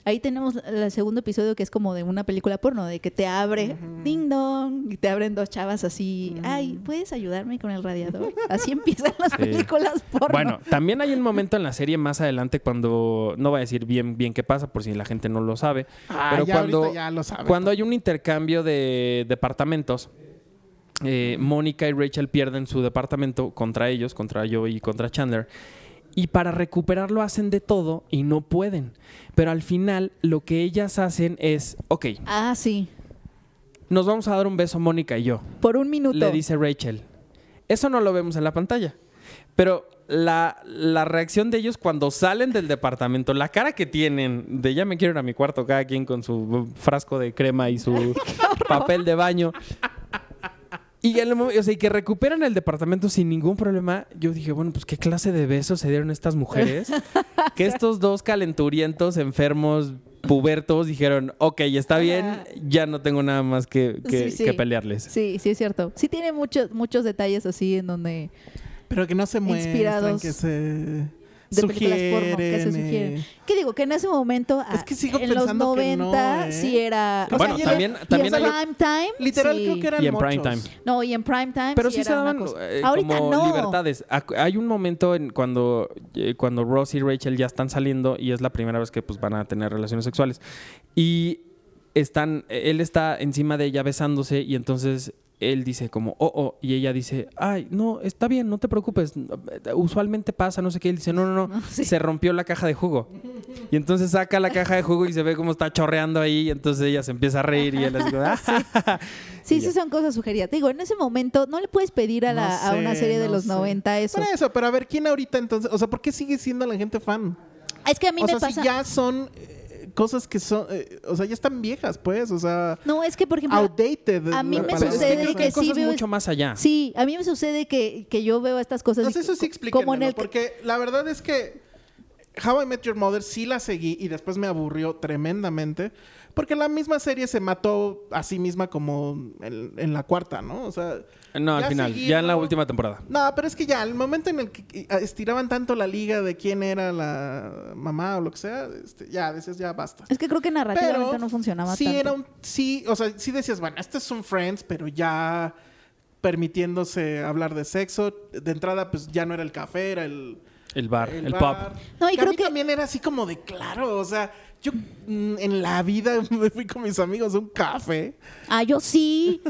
Speaker 1: ahí tenemos el segundo episodio que es como de una película porno, de que te abre ding dong y te abren dos chavas así, ay, ¿puedes ayudarme con el radiador? Así empiezan
Speaker 3: <laughs>
Speaker 1: las
Speaker 2: Sí.
Speaker 1: películas porno.
Speaker 2: Bueno, también hay un momento en la serie más adelante cuando no voy a decir bien bien qué pasa por si la gente no lo sabe,
Speaker 3: Ah,
Speaker 2: pero
Speaker 3: ya
Speaker 2: cuando
Speaker 3: ahorita ya lo sabe.
Speaker 2: cuando hay un intercambio de departamentos eh, Mónica y Rachel pierden su departamento contra ellos, contra Joey y contra Chandler. Y para recuperarlo hacen de todo y no pueden. Pero al final lo que ellas hacen es, ok,
Speaker 1: Ah, sí,
Speaker 2: nos vamos a dar un beso Mónica y yo.
Speaker 1: por un minuto.
Speaker 2: Le dice Rachel. Eso no lo vemos en la pantalla. Pero la, la reacción de ellos cuando salen del departamento, la cara que tienen de ya me quiero ir a mi cuarto, cada quien con su frasco de crema
Speaker 1: <laughs>
Speaker 2: y su papel de baño. Y, en el mo- o sea, y que recuperan el departamento sin ningún problema. Yo dije, bueno, pues qué clase de besos se dieron
Speaker 1: <laughs>
Speaker 2: estas mujeres. que estos dos calenturientos, enfermos, pubertos, dijeron, ok, está bien, ya no tengo nada más que, que-
Speaker 1: Sí, sí.
Speaker 2: que pelearles.
Speaker 1: Sí, sí es cierto. Sí tiene muchos muchos detalles así en donde
Speaker 3: Pero que no se muestran,
Speaker 1: Inspirados
Speaker 3: que se
Speaker 1: de películas porno que se
Speaker 3: sugieren,
Speaker 1: sugieren.
Speaker 3: eh.
Speaker 1: ¿Qué digo? Que en ese momento,
Speaker 3: Es
Speaker 1: ah,
Speaker 3: que sigo
Speaker 1: en los
Speaker 3: pensando que no,
Speaker 1: 90
Speaker 3: ¿eh?
Speaker 1: sí era...
Speaker 3: O
Speaker 2: Bueno,
Speaker 3: sea,
Speaker 2: también,
Speaker 1: y
Speaker 2: también
Speaker 1: en
Speaker 2: hay-
Speaker 1: prime time.
Speaker 3: Literal
Speaker 1: sí.
Speaker 3: creo que eran
Speaker 2: Y en prime
Speaker 3: mochos.
Speaker 2: time.
Speaker 1: No, y en prime time.
Speaker 2: Pero sí, se
Speaker 1: era una
Speaker 2: daban
Speaker 1: cosa.
Speaker 2: eh,
Speaker 1: Ahorita
Speaker 2: como
Speaker 1: no.
Speaker 2: libertades. Ac- Hay un momento en cuando, eh, cuando Ross y Rachel ya están saliendo y es la primera vez que pues, van a tener relaciones sexuales. Y están, él está encima de ella besándose y entonces él dice como, oh, oh, y ella dice, ay, no, está bien, no te preocupes, usualmente pasa, no sé qué, él dice, no, no, no,
Speaker 1: <laughs> sí.
Speaker 2: se rompió la caja de jugo. Y entonces saca la caja de jugo y se ve como está chorreando ahí y entonces ella se empieza a reír y él así, como, "Ah, <laughs>
Speaker 1: Sí,
Speaker 2: Y ya.
Speaker 1: sí son cosas sugeridas. Te Digo, en ese momento no le puedes pedir a,
Speaker 3: No
Speaker 1: la, a
Speaker 3: sé,
Speaker 1: una serie de
Speaker 3: no
Speaker 1: los
Speaker 3: sé.
Speaker 1: 90 eso.
Speaker 3: Por eso, pero a ver, ¿quién ahorita entonces? O sea, ¿por qué sigue siendo la gente fan?
Speaker 1: Es que a mí
Speaker 3: o
Speaker 1: me
Speaker 3: sea,
Speaker 1: pasa...
Speaker 3: si ya son eh, cosas que son, eh, o sea, ya están viejas, pues, o sea,
Speaker 1: No, es que, por ejemplo...
Speaker 3: outdated.
Speaker 1: a mí
Speaker 3: la
Speaker 1: me
Speaker 3: palabra.
Speaker 2: Es que
Speaker 1: sucede
Speaker 2: creo que
Speaker 1: que
Speaker 2: hay
Speaker 1: sí
Speaker 2: cosas
Speaker 1: veo-
Speaker 2: mucho más allá.
Speaker 1: Sí, a mí me sucede que, que yo veo estas cosas...
Speaker 3: Entonces
Speaker 1: y-
Speaker 3: eso sí explíquenmelo,
Speaker 1: Como en el...
Speaker 3: porque la verdad es que How I Met Your Mother sí la seguí y después me aburrió tremendamente, porque la misma serie se mató a sí misma como en, en la cuarta, ¿no? O sea,
Speaker 2: No, al
Speaker 3: Ya
Speaker 2: final,
Speaker 3: seguí,
Speaker 2: ya en la
Speaker 3: ¿no?
Speaker 2: última temporada.
Speaker 3: no, pero es que ya, al momento en el que ah, estiraban tanto la liga de quién era la mamá o lo que sea, este, ya decías, ya basta.
Speaker 1: Es que creo que narrativamente
Speaker 3: Pero
Speaker 1: no funcionaba
Speaker 3: sí
Speaker 1: tanto.
Speaker 3: era un sí o sea sí decías bueno este es un Friends pero ya permitiéndose hablar de sexo de entrada pues ya no era el café era el
Speaker 2: El bar, el,
Speaker 3: bar.
Speaker 2: pub.
Speaker 1: No, y
Speaker 3: a
Speaker 1: creo
Speaker 3: mí
Speaker 1: que-
Speaker 3: también era así como de claro o sea yo mm, en la vida <laughs> me fui con mis amigos a un café
Speaker 1: Ah, yo sí.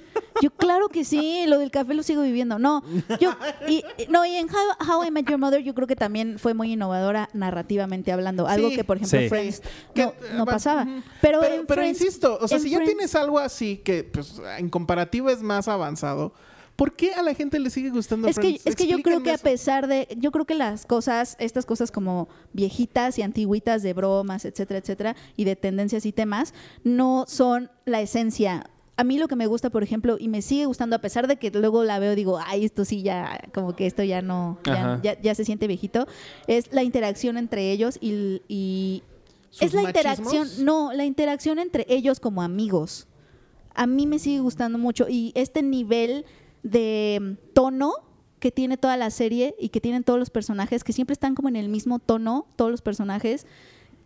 Speaker 1: Yo claro que sí. Lo del café lo sigo viviendo. No, yo y, y- no y en How, How I Met Your Mother yo creo que también fue muy innovadora narrativamente hablando. Algo
Speaker 3: Sí.
Speaker 1: que por ejemplo
Speaker 2: Sí.
Speaker 1: en Friends
Speaker 3: Que,
Speaker 1: no,
Speaker 3: eh,
Speaker 1: no
Speaker 3: bueno,
Speaker 1: pasaba.
Speaker 3: ujú.
Speaker 1: Pero,
Speaker 3: pero,
Speaker 1: en
Speaker 3: pero
Speaker 1: Friends-
Speaker 3: insisto o sea
Speaker 1: en
Speaker 3: si ya
Speaker 1: Friends-
Speaker 3: tienes algo así que pues en comparativa es más avanzado ¿Por qué a la gente le sigue gustando
Speaker 1: es que,
Speaker 3: Friends?
Speaker 1: es que yo creo
Speaker 3: Explíquenme
Speaker 1: que a
Speaker 3: eso.
Speaker 1: pesar de, yo creo que las cosas, estas cosas como viejitas y antiguitas de bromas, etcétera, etcétera, y de tendencias y temas, no son la esencia. A mí lo que me gusta, por ejemplo, y me sigue gustando, a pesar de que luego la veo, digo, ay, esto sí ya, como que esto ya no,
Speaker 2: Ajá.
Speaker 1: ya, ya- ya se siente viejito, es la interacción entre ellos y, l- y-
Speaker 3: ¿Sus
Speaker 1: es la
Speaker 3: machismos?
Speaker 1: interacción, no, la interacción entre ellos como amigos a mí me sigue gustando mucho y este nivel de mm, tono que tiene toda la serie y que tienen todos los personajes, que siempre están como en el mismo tono, todos los personajes,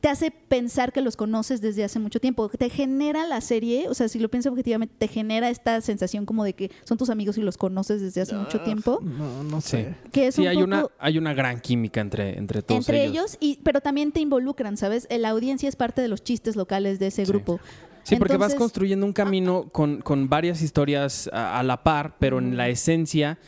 Speaker 1: te hace pensar que los conoces desde hace mucho tiempo, que te genera la serie, o sea, si lo piensas objetivamente, te genera esta sensación como de que son tus amigos y los conoces desde hace mucho tiempo,
Speaker 3: No, no
Speaker 2: Sí.
Speaker 3: sé.
Speaker 1: que es
Speaker 2: Ah. Sí,
Speaker 1: un
Speaker 2: hay
Speaker 1: poco
Speaker 2: una, hay una gran química entre, entre todos
Speaker 1: entre ellos, y, pero también te involucran, ¿sabes? La audiencia es parte de los chistes locales de ese
Speaker 2: Sí.
Speaker 1: grupo.
Speaker 2: Sí, porque vas
Speaker 1: Entonces-
Speaker 2: construyendo un camino con, con varias historias a, a la par, pero en la esencia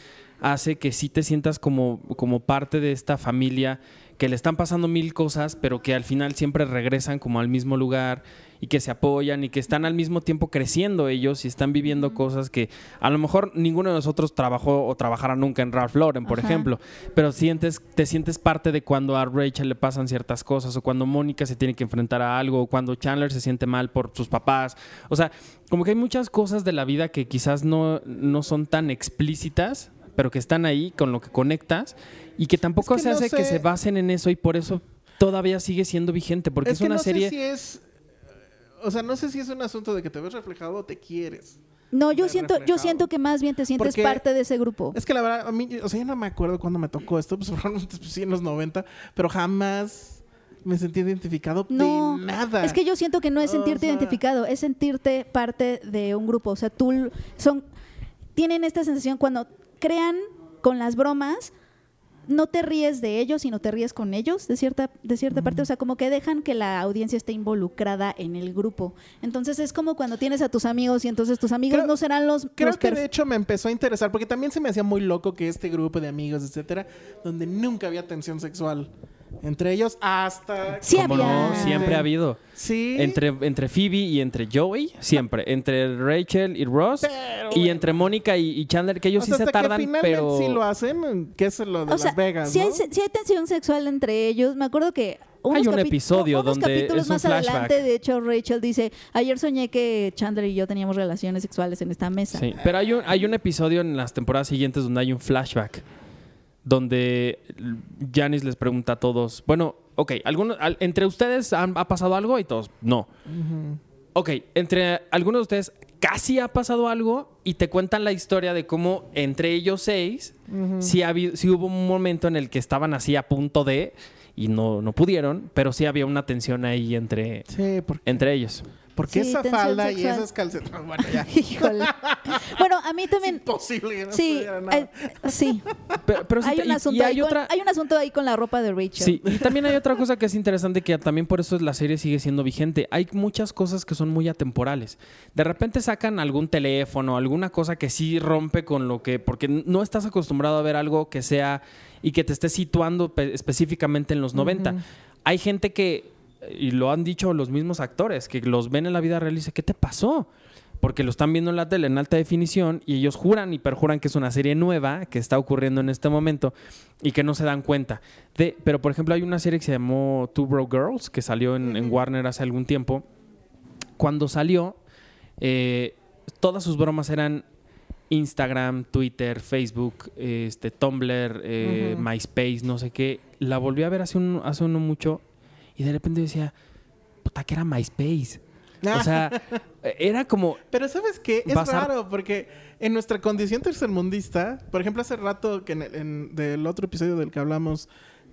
Speaker 2: hace que sí te sientas como, como parte de esta familia, que le están pasando mil cosas, pero que al final siempre regresan como al mismo lugar y que se apoyan y que están al mismo tiempo creciendo ellos y están viviendo cosas que a lo mejor ninguno de nosotros trabajó o trabajará nunca en Ralph Lauren, por
Speaker 1: Ajá.
Speaker 2: ejemplo, pero sientes, te sientes parte de cuando a Rachel le pasan ciertas cosas o cuando Mónica se tiene que enfrentar a algo o cuando Chandler se siente mal por sus papás. O sea, como que hay muchas cosas de la vida que quizás no, no son tan explícitas, pero que están ahí con lo que conectas y que tampoco
Speaker 3: Es que
Speaker 2: se
Speaker 3: no
Speaker 2: hace que
Speaker 3: sé.
Speaker 2: se basen en eso y por eso todavía sigue siendo vigente porque es,
Speaker 3: que
Speaker 2: una
Speaker 3: no
Speaker 2: serie
Speaker 3: Sé si es, o sea, no sé si es un asunto de que te ves reflejado o te quieres.
Speaker 1: No, yo
Speaker 3: Ver
Speaker 1: siento, yo
Speaker 3: reflejado.
Speaker 1: siento que más bien te sientes
Speaker 3: Porque-
Speaker 1: parte de ese grupo.
Speaker 3: Es que la verdad, a mí, o sea, yo no me acuerdo cuándo me tocó esto, pues <laughs> probablemente pues, sí en los 90, pero jamás me sentí identificado
Speaker 1: No,
Speaker 3: de nada.
Speaker 1: es que yo siento que no es
Speaker 3: O
Speaker 1: sentirte
Speaker 3: sea-
Speaker 1: identificado, es sentirte parte de un grupo. O sea, tú l- son tienen esta sensación cuando crean con las bromas, no te ríes de ellos, sino te ríes con ellos de cierta de cierta parte. O sea, como que dejan que la audiencia esté involucrada en el grupo. Entonces es como cuando tienes a tus amigos y entonces tus amigos
Speaker 3: Creo-
Speaker 1: no serán los,
Speaker 3: Creo
Speaker 1: los
Speaker 3: que
Speaker 1: perf-
Speaker 3: de hecho me empezó a interesar, porque también se me hacía muy loco que este grupo de amigos, etcétera, donde nunca había tensión sexual entre ellos hasta.
Speaker 1: Sí
Speaker 2: como
Speaker 1: había.
Speaker 2: no siempre ha habido.
Speaker 3: Sí.
Speaker 2: Entre, entre Phoebe y entre Joey, siempre. Entre Rachel y Ross.
Speaker 3: Pero,
Speaker 2: y entre Mónica y, y Chandler, que
Speaker 3: o
Speaker 2: ellos
Speaker 3: sea,
Speaker 2: sí se
Speaker 3: hasta que
Speaker 2: tardan,
Speaker 3: finalmente
Speaker 2: pero.
Speaker 3: sí lo hacen, que es lo de
Speaker 1: O sea,
Speaker 3: Las Vegas.
Speaker 1: si, hay,
Speaker 3: ¿no?
Speaker 1: se- si hay tensión sexual entre ellos, me acuerdo que unos
Speaker 2: Hay un
Speaker 1: capi-
Speaker 2: episodio
Speaker 1: unos
Speaker 2: donde
Speaker 1: capítulos
Speaker 2: es un
Speaker 1: más
Speaker 2: flashback.
Speaker 1: adelante, de hecho, Rachel dice, ayer soñé que Chandler y yo teníamos relaciones sexuales en esta mesa.
Speaker 2: Sí, pero hay un, hay un episodio en las temporadas siguientes donde hay un flashback. Donde Janice les pregunta a todos. Bueno, ok, algunos, al- entre ustedes han- ha pasado algo y todos. No. Ok, entre algunos de ustedes casi ha pasado algo y te cuentan la historia de cómo entre ellos seis sí, habi- sí hubo un momento en el que estaban así a punto de y no, no pudieron, pero sí había una tensión ahí entre,
Speaker 3: Sí, porque,
Speaker 2: entre ellos.
Speaker 3: porque
Speaker 1: Sí,
Speaker 3: esa
Speaker 1: tensión
Speaker 3: falda y
Speaker 1: sexual.
Speaker 3: esas calcetas. <laughs> Bueno,
Speaker 1: <laughs>
Speaker 3: ya.
Speaker 1: <laughs> Híjole. bueno, a mí
Speaker 3: Es
Speaker 1: también...
Speaker 3: imposible que no
Speaker 1: Sí,
Speaker 3: estuviera nada.
Speaker 1: eh, sí.
Speaker 2: Pero, pero sí
Speaker 1: hay
Speaker 2: te-
Speaker 1: un
Speaker 2: y- y
Speaker 1: asunto ahí
Speaker 2: hay
Speaker 1: con,
Speaker 2: otra-
Speaker 1: hay un asunto ahí con la ropa de Rachel.
Speaker 2: Sí, y también hay otra cosa que es interesante que también por eso la serie sigue siendo vigente. Hay muchas cosas que son muy atemporales. De repente sacan algún teléfono, alguna cosa que sí rompe con lo que, porque no estás acostumbrado a ver algo que sea y que te esté situando pe- específicamente en los 90. Hay gente que, eh, y lo han dicho los mismos actores, que los ven en la vida real y dicen, ¿qué te pasó? Porque lo están viendo en la tele en alta definición y ellos juran y perjuran que es una serie nueva que está ocurriendo en este momento y que no se dan cuenta. De, pero, por ejemplo, hay una serie que se llamó Two Bro Girls, que salió en, en Warner hace algún tiempo. Cuando salió, eh, todas sus bromas eran Instagram, Twitter, Facebook, este, Tumblr, eh, MySpace, no sé qué. La volví a ver hace, un, hace no mucho y de repente decía, puta, que era MySpace. O sea,
Speaker 3: <laughs>
Speaker 2: era como,
Speaker 3: Pero ¿sabes qué? Es
Speaker 2: Bazar.
Speaker 3: raro porque en nuestra condición tercermundista, por ejemplo, hace rato que en, el- en- del otro episodio del que hablamos,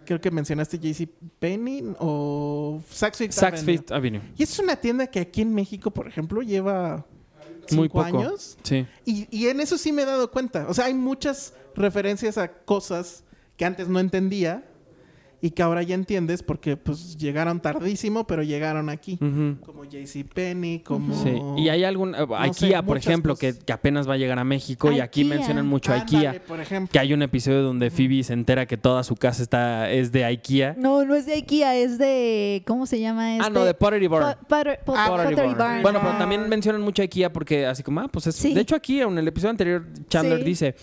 Speaker 3: creo que mencionaste JC Penny o Saks Fifth
Speaker 2: Saks
Speaker 3: Avenue.
Speaker 2: Fifth Avenue.
Speaker 3: Y es una tienda que aquí en México, por ejemplo, lleva
Speaker 2: Muy
Speaker 3: cinco
Speaker 2: poco.
Speaker 3: años.
Speaker 2: Sí.
Speaker 3: Y, y en eso sí me he dado cuenta. O sea, hay muchas referencias a cosas que antes no entendía y que ahora ya entiendes porque pues llegaron tardísimo, pero llegaron aquí.
Speaker 2: Ujú.
Speaker 3: Como JC Penny, como...
Speaker 2: Mm. Sí. Y hay algún. eh, IKEA,
Speaker 3: sé,
Speaker 2: por
Speaker 3: muchas
Speaker 2: ejemplo, que,
Speaker 3: cosas.
Speaker 2: que apenas va a llegar a México y aquí
Speaker 1: IKEA.
Speaker 2: mencionan mucho a
Speaker 3: Ándale,
Speaker 2: IKEA.
Speaker 3: por ejemplo.
Speaker 2: Que hay un episodio donde Phoebe se entera que toda su casa está es de IKEA.
Speaker 1: No, no es de IKEA, es de... ¿Cómo se llama este?
Speaker 2: Ah, no, de Pottery Barn.
Speaker 1: Po- Potter- Po-
Speaker 3: Ah,
Speaker 1: Pottery
Speaker 2: Pottery Barn.
Speaker 1: Barn.
Speaker 2: Bueno, pero
Speaker 3: Ah.
Speaker 2: también mencionan mucho a IKEA porque así como, ah, pues es...
Speaker 1: Sí.
Speaker 2: De hecho, aquí en el episodio anterior, Chandler
Speaker 1: Sí.
Speaker 2: dice,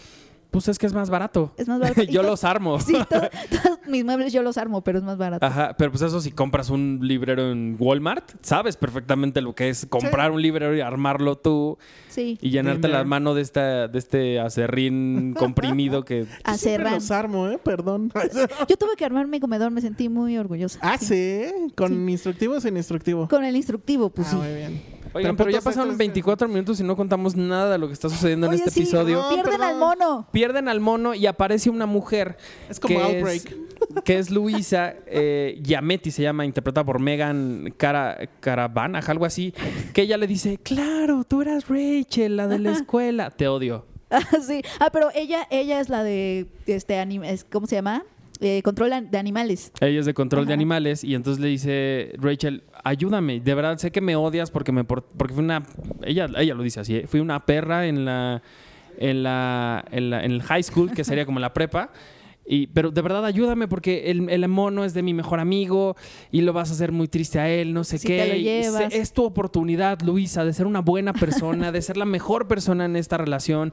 Speaker 2: pues es que es más barato.
Speaker 1: Es más barato. Y
Speaker 2: <laughs> Yo
Speaker 1: to- <laughs>
Speaker 2: los armo.
Speaker 1: Sí, todo- todos mis muebles yo los armo, pero es más barato.
Speaker 2: Ajá, pero pues eso si compras un librero en Walmart, sabes perfectamente lo que es comprar un librero y armarlo tú
Speaker 1: Sí.
Speaker 2: y llenarte la
Speaker 3: Tinder.
Speaker 2: mano de esta de
Speaker 3: <laughs>
Speaker 2: este acerrín comprimido que
Speaker 3: Yo siempre
Speaker 1: Acerrán.
Speaker 3: los armo, ¿eh?
Speaker 1: <laughs>
Speaker 3: Perdón. <laughs>
Speaker 1: Yo tuve que armar mi comedor, me sentí muy orgullosa.
Speaker 3: ah, sí. ¿Con instructivo o sin instructivo?
Speaker 1: Con el instructivo, pues
Speaker 3: ah,
Speaker 1: sí.
Speaker 3: muy bien.
Speaker 2: Oigan, pero ya
Speaker 3: entonces
Speaker 2: pasaron
Speaker 3: es-
Speaker 2: 24 minutos y no contamos nada de lo que está sucediendo en
Speaker 1: Oye,
Speaker 2: este
Speaker 1: sí,
Speaker 2: episodio.
Speaker 3: no.
Speaker 1: pierden
Speaker 3: perdón.
Speaker 1: al mono. <laughs>
Speaker 2: Pierden al mono y aparece una mujer.
Speaker 3: Es como
Speaker 2: que
Speaker 3: Outbreak.
Speaker 2: es- <laughs> que es Luisa eh, Giametti, se llama, interpretada por Megan Cara, Caravana, algo así. Que ella le dice: Claro, tú eras Rachel, la
Speaker 3: <laughs>
Speaker 2: de la escuela. Te odio.
Speaker 1: Ah, sí. Ah, pero ella, ella es la de este anime, es- ¿cómo se llama? eh, control de animales.
Speaker 2: Ella es de control de
Speaker 1: Ajá.
Speaker 2: animales y entonces le dice Rachel, ayúdame, de verdad sé que me odias porque me por- porque fui una ella ella lo dice así, ¿eh? fui una perra en la en la, en la- en el high school que sería como la prepa. Y, pero de verdad ayúdame porque el, el mono es de mi mejor amigo y lo vas a hacer muy triste a él, no sé
Speaker 1: Si
Speaker 2: qué.
Speaker 1: te lo
Speaker 2: y
Speaker 1: llevas.
Speaker 2: se- es tu oportunidad, Luisa, de ser una buena persona, de ser la mejor persona en esta relación.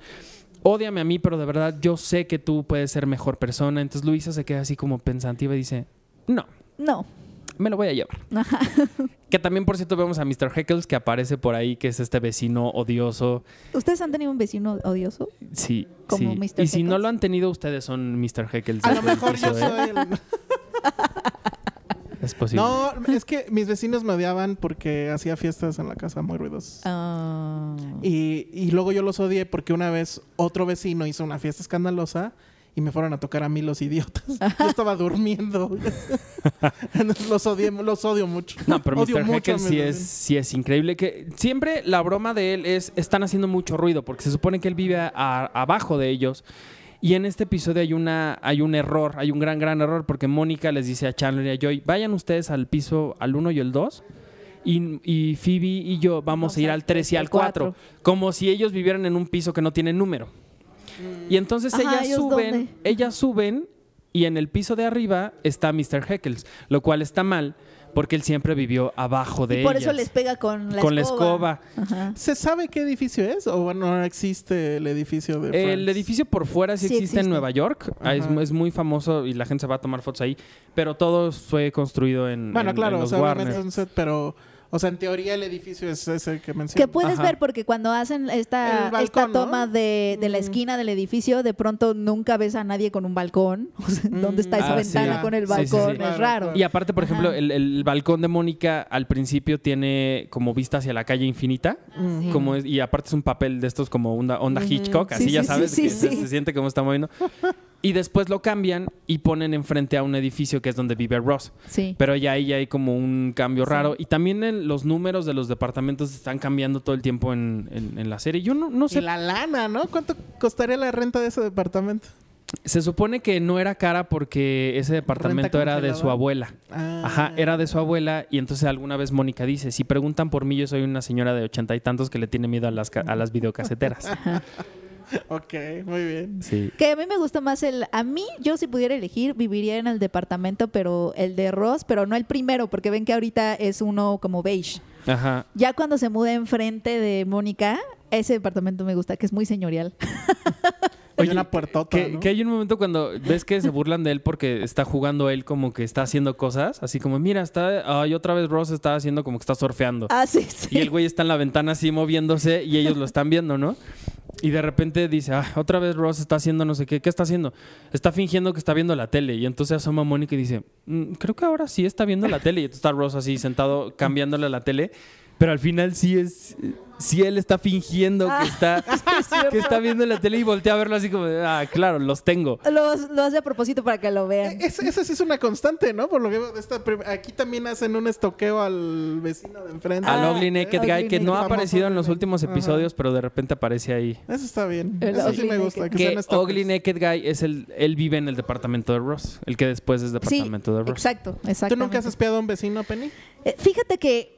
Speaker 2: Ódiame a mí, pero de verdad yo sé que tú puedes ser mejor persona. Entonces Luisa se queda así como pensativa y dice, no,
Speaker 1: No.
Speaker 2: me lo voy
Speaker 1: <laughs>
Speaker 2: a llevar.
Speaker 1: Ajá.
Speaker 2: Que también, por cierto, vemos a Mr. Heckles que aparece por ahí, que es este vecino odioso.
Speaker 1: ¿Ustedes han tenido un vecino odioso?
Speaker 2: Sí,
Speaker 1: Como
Speaker 2: sí.
Speaker 1: Mr.
Speaker 2: Y si no
Speaker 1: Heckles.
Speaker 2: lo han tenido, ustedes son Mr. Heckles.
Speaker 3: A lo
Speaker 2: desde el
Speaker 3: mejor yo
Speaker 2: piso, ¿eh?
Speaker 3: soy <laughs> el...
Speaker 2: Es posible.
Speaker 3: No, es que mis vecinos me odiaban porque hacía fiestas en la casa muy ruidosas.
Speaker 1: Ah.
Speaker 3: Y, y luego yo los odié porque una vez otro vecino hizo una fiesta escandalosa y me fueron a tocar a mí los idiotas.
Speaker 1: <laughs>
Speaker 3: Yo estaba durmiendo. <laughs> Entonces, los odié, los odio mucho.
Speaker 2: No, pero
Speaker 3: odio
Speaker 2: Mr.
Speaker 3: mucho a
Speaker 2: Heckles
Speaker 3: mis
Speaker 2: sí es,
Speaker 3: vecinos.
Speaker 2: sí es increíble. Que siempre la broma de él es están haciendo mucho ruido, porque se supone que él vive a- a- abajo de ellos. Y en este episodio hay una, hay un error, hay un gran, gran error, porque Mónica les dice a Chandler y a Joy, vayan ustedes al piso, al 1 y el 2. Y, y Phoebe y yo vamos a ir al 3 y al 4, como si ellos vivieran en un piso que no tiene número. Y entonces
Speaker 1: Ajá,
Speaker 2: ellas
Speaker 1: ¿ellos
Speaker 2: suben,
Speaker 1: dónde?
Speaker 2: ellas suben y en el piso de arriba está Mr. Heckles, lo cual está mal porque él siempre vivió abajo de
Speaker 1: Y por eso
Speaker 2: ellas,
Speaker 1: les pega con la
Speaker 2: con la
Speaker 1: escoba.
Speaker 2: escoba.
Speaker 1: Ajá.
Speaker 3: ¿Se sabe qué edificio es? ¿O bueno, no existe el edificio de
Speaker 2: El
Speaker 3: Friends?
Speaker 2: edificio por fuera sí,
Speaker 1: Sí
Speaker 2: existe, en
Speaker 1: existe.
Speaker 2: Nueva York, ah, es,
Speaker 3: Ajá.
Speaker 2: es muy famoso y la gente se va a tomar fotos ahí, pero todo fue construido en, en-
Speaker 3: Bueno,
Speaker 2: en
Speaker 3: claro, o
Speaker 2: los
Speaker 3: sea, obviamente
Speaker 2: Warner.
Speaker 3: es un set, pero... O sea, en teoría el edificio es ese
Speaker 1: Que
Speaker 3: que mencionas.
Speaker 1: puedes
Speaker 2: Ajá.
Speaker 1: ver porque cuando hacen esta,
Speaker 3: El balcón,
Speaker 1: esta toma
Speaker 3: ¿no?
Speaker 1: de, de la
Speaker 3: Mm.
Speaker 1: esquina del edificio, de pronto nunca ves a nadie con un balcón. <laughs> O sea, ¿Dónde está esa
Speaker 2: Ah, sí.
Speaker 1: ventana con el
Speaker 2: Sí, sí, sí.
Speaker 1: balcón?
Speaker 3: Claro,
Speaker 1: Es raro.
Speaker 3: claro.
Speaker 2: Y aparte, por
Speaker 1: Ajá.
Speaker 2: ejemplo, el, el balcón de Mónica al principio tiene como vista hacia la calle infinita.
Speaker 3: Ujú.
Speaker 2: Como es- y aparte es un papel de estos como onda, onda
Speaker 3: Ujú.
Speaker 2: Hitchcock,
Speaker 1: Sí,
Speaker 2: así ya
Speaker 1: sí, sí,
Speaker 2: sabes,
Speaker 1: sí,
Speaker 2: que Se,
Speaker 1: sí.
Speaker 2: se siente como está moviendo. Y después lo cambian y ponen enfrente a un edificio que es donde vive Ross.
Speaker 1: Sí.
Speaker 2: Pero ya ahí ya hay como un cambio raro. Y también el- los números de los departamentos están cambiando todo el tiempo en, en- en la serie. Yo no, no
Speaker 3: Y
Speaker 2: sé.
Speaker 3: la lana, ¿no? ¿Cuánto costaría la renta de ese departamento?
Speaker 2: Se supone que no era cara porque ese departamento era de su
Speaker 3: congelada.
Speaker 2: abuela.
Speaker 3: Ah.
Speaker 2: Ajá, era de su abuela y entonces alguna vez Mónica dice, si preguntan por mí, yo soy una señora de ochenta y tantos que le tiene miedo a las, ca- a las videocaseteras.
Speaker 3: <laughs> Ok, muy bien.
Speaker 2: Sí.
Speaker 1: Que a mí me gusta más el. A mí, yo si pudiera elegir, viviría en el departamento, pero el de Ross, pero no el primero, porque ven que ahorita es uno como beige.
Speaker 2: Ajá.
Speaker 1: Ya cuando se muda enfrente de Mónica, ese departamento me gusta, que es muy
Speaker 2: <laughs>
Speaker 1: señorial.
Speaker 3: Hay
Speaker 2: Oye,
Speaker 3: una puertota,
Speaker 2: Que,
Speaker 3: ¿no?
Speaker 2: que hay un momento cuando ves que se burlan de él porque está jugando él como que está haciendo cosas, así como, mira, está, ay, otra vez Ross está haciendo como que está surfeando.
Speaker 1: Ah, sí, sí.
Speaker 2: Y
Speaker 1: <laughs>
Speaker 2: el güey está en la ventana así moviéndose y ellos lo están viendo, ¿no? Y de repente dice, ah, otra vez Ross está haciendo no sé qué, ¿qué está haciendo? Está fingiendo que está viendo la tele. Y entonces asoma Mónica y dice, "Mm, creo que ahora sí está viendo la tele. Y entonces está Ross así sentado cambiándole la tele. Pero al final sí es, sí él está fingiendo que está, <laughs> que está viendo la tele y voltea a verlo así como, ah, claro, los tengo.
Speaker 1: Los- lo hace a propósito para que lo
Speaker 3: Eh,
Speaker 1: vean.
Speaker 3: es- Esa sí es una constante, ¿no? Por lo que veo de esta prim- aquí también hacen un estoqueo al vecino de enfrente.
Speaker 2: Al
Speaker 1: Ah,
Speaker 2: Ugly Naked
Speaker 1: Ugly
Speaker 2: Guy, que no ha
Speaker 3: Naked.
Speaker 2: aparecido en los
Speaker 3: Famoso
Speaker 2: últimos
Speaker 3: Ugly Naked.
Speaker 2: episodios, pero de repente aparece ahí.
Speaker 3: Eso está bien.
Speaker 1: El
Speaker 3: Eso sí
Speaker 1: Ugly
Speaker 3: me
Speaker 1: Naked.
Speaker 3: gusta. Que,
Speaker 2: que
Speaker 3: sean stalkers.
Speaker 2: Ugly Naked Guy es el él vive en el departamento de Ross, el que después es
Speaker 1: Sí,
Speaker 2: departamento de Ross.
Speaker 1: exacto, exacto.
Speaker 3: ¿Tú nunca has espiado a un vecino, Penny?
Speaker 1: Eh, Fíjate
Speaker 3: <laughs>
Speaker 1: que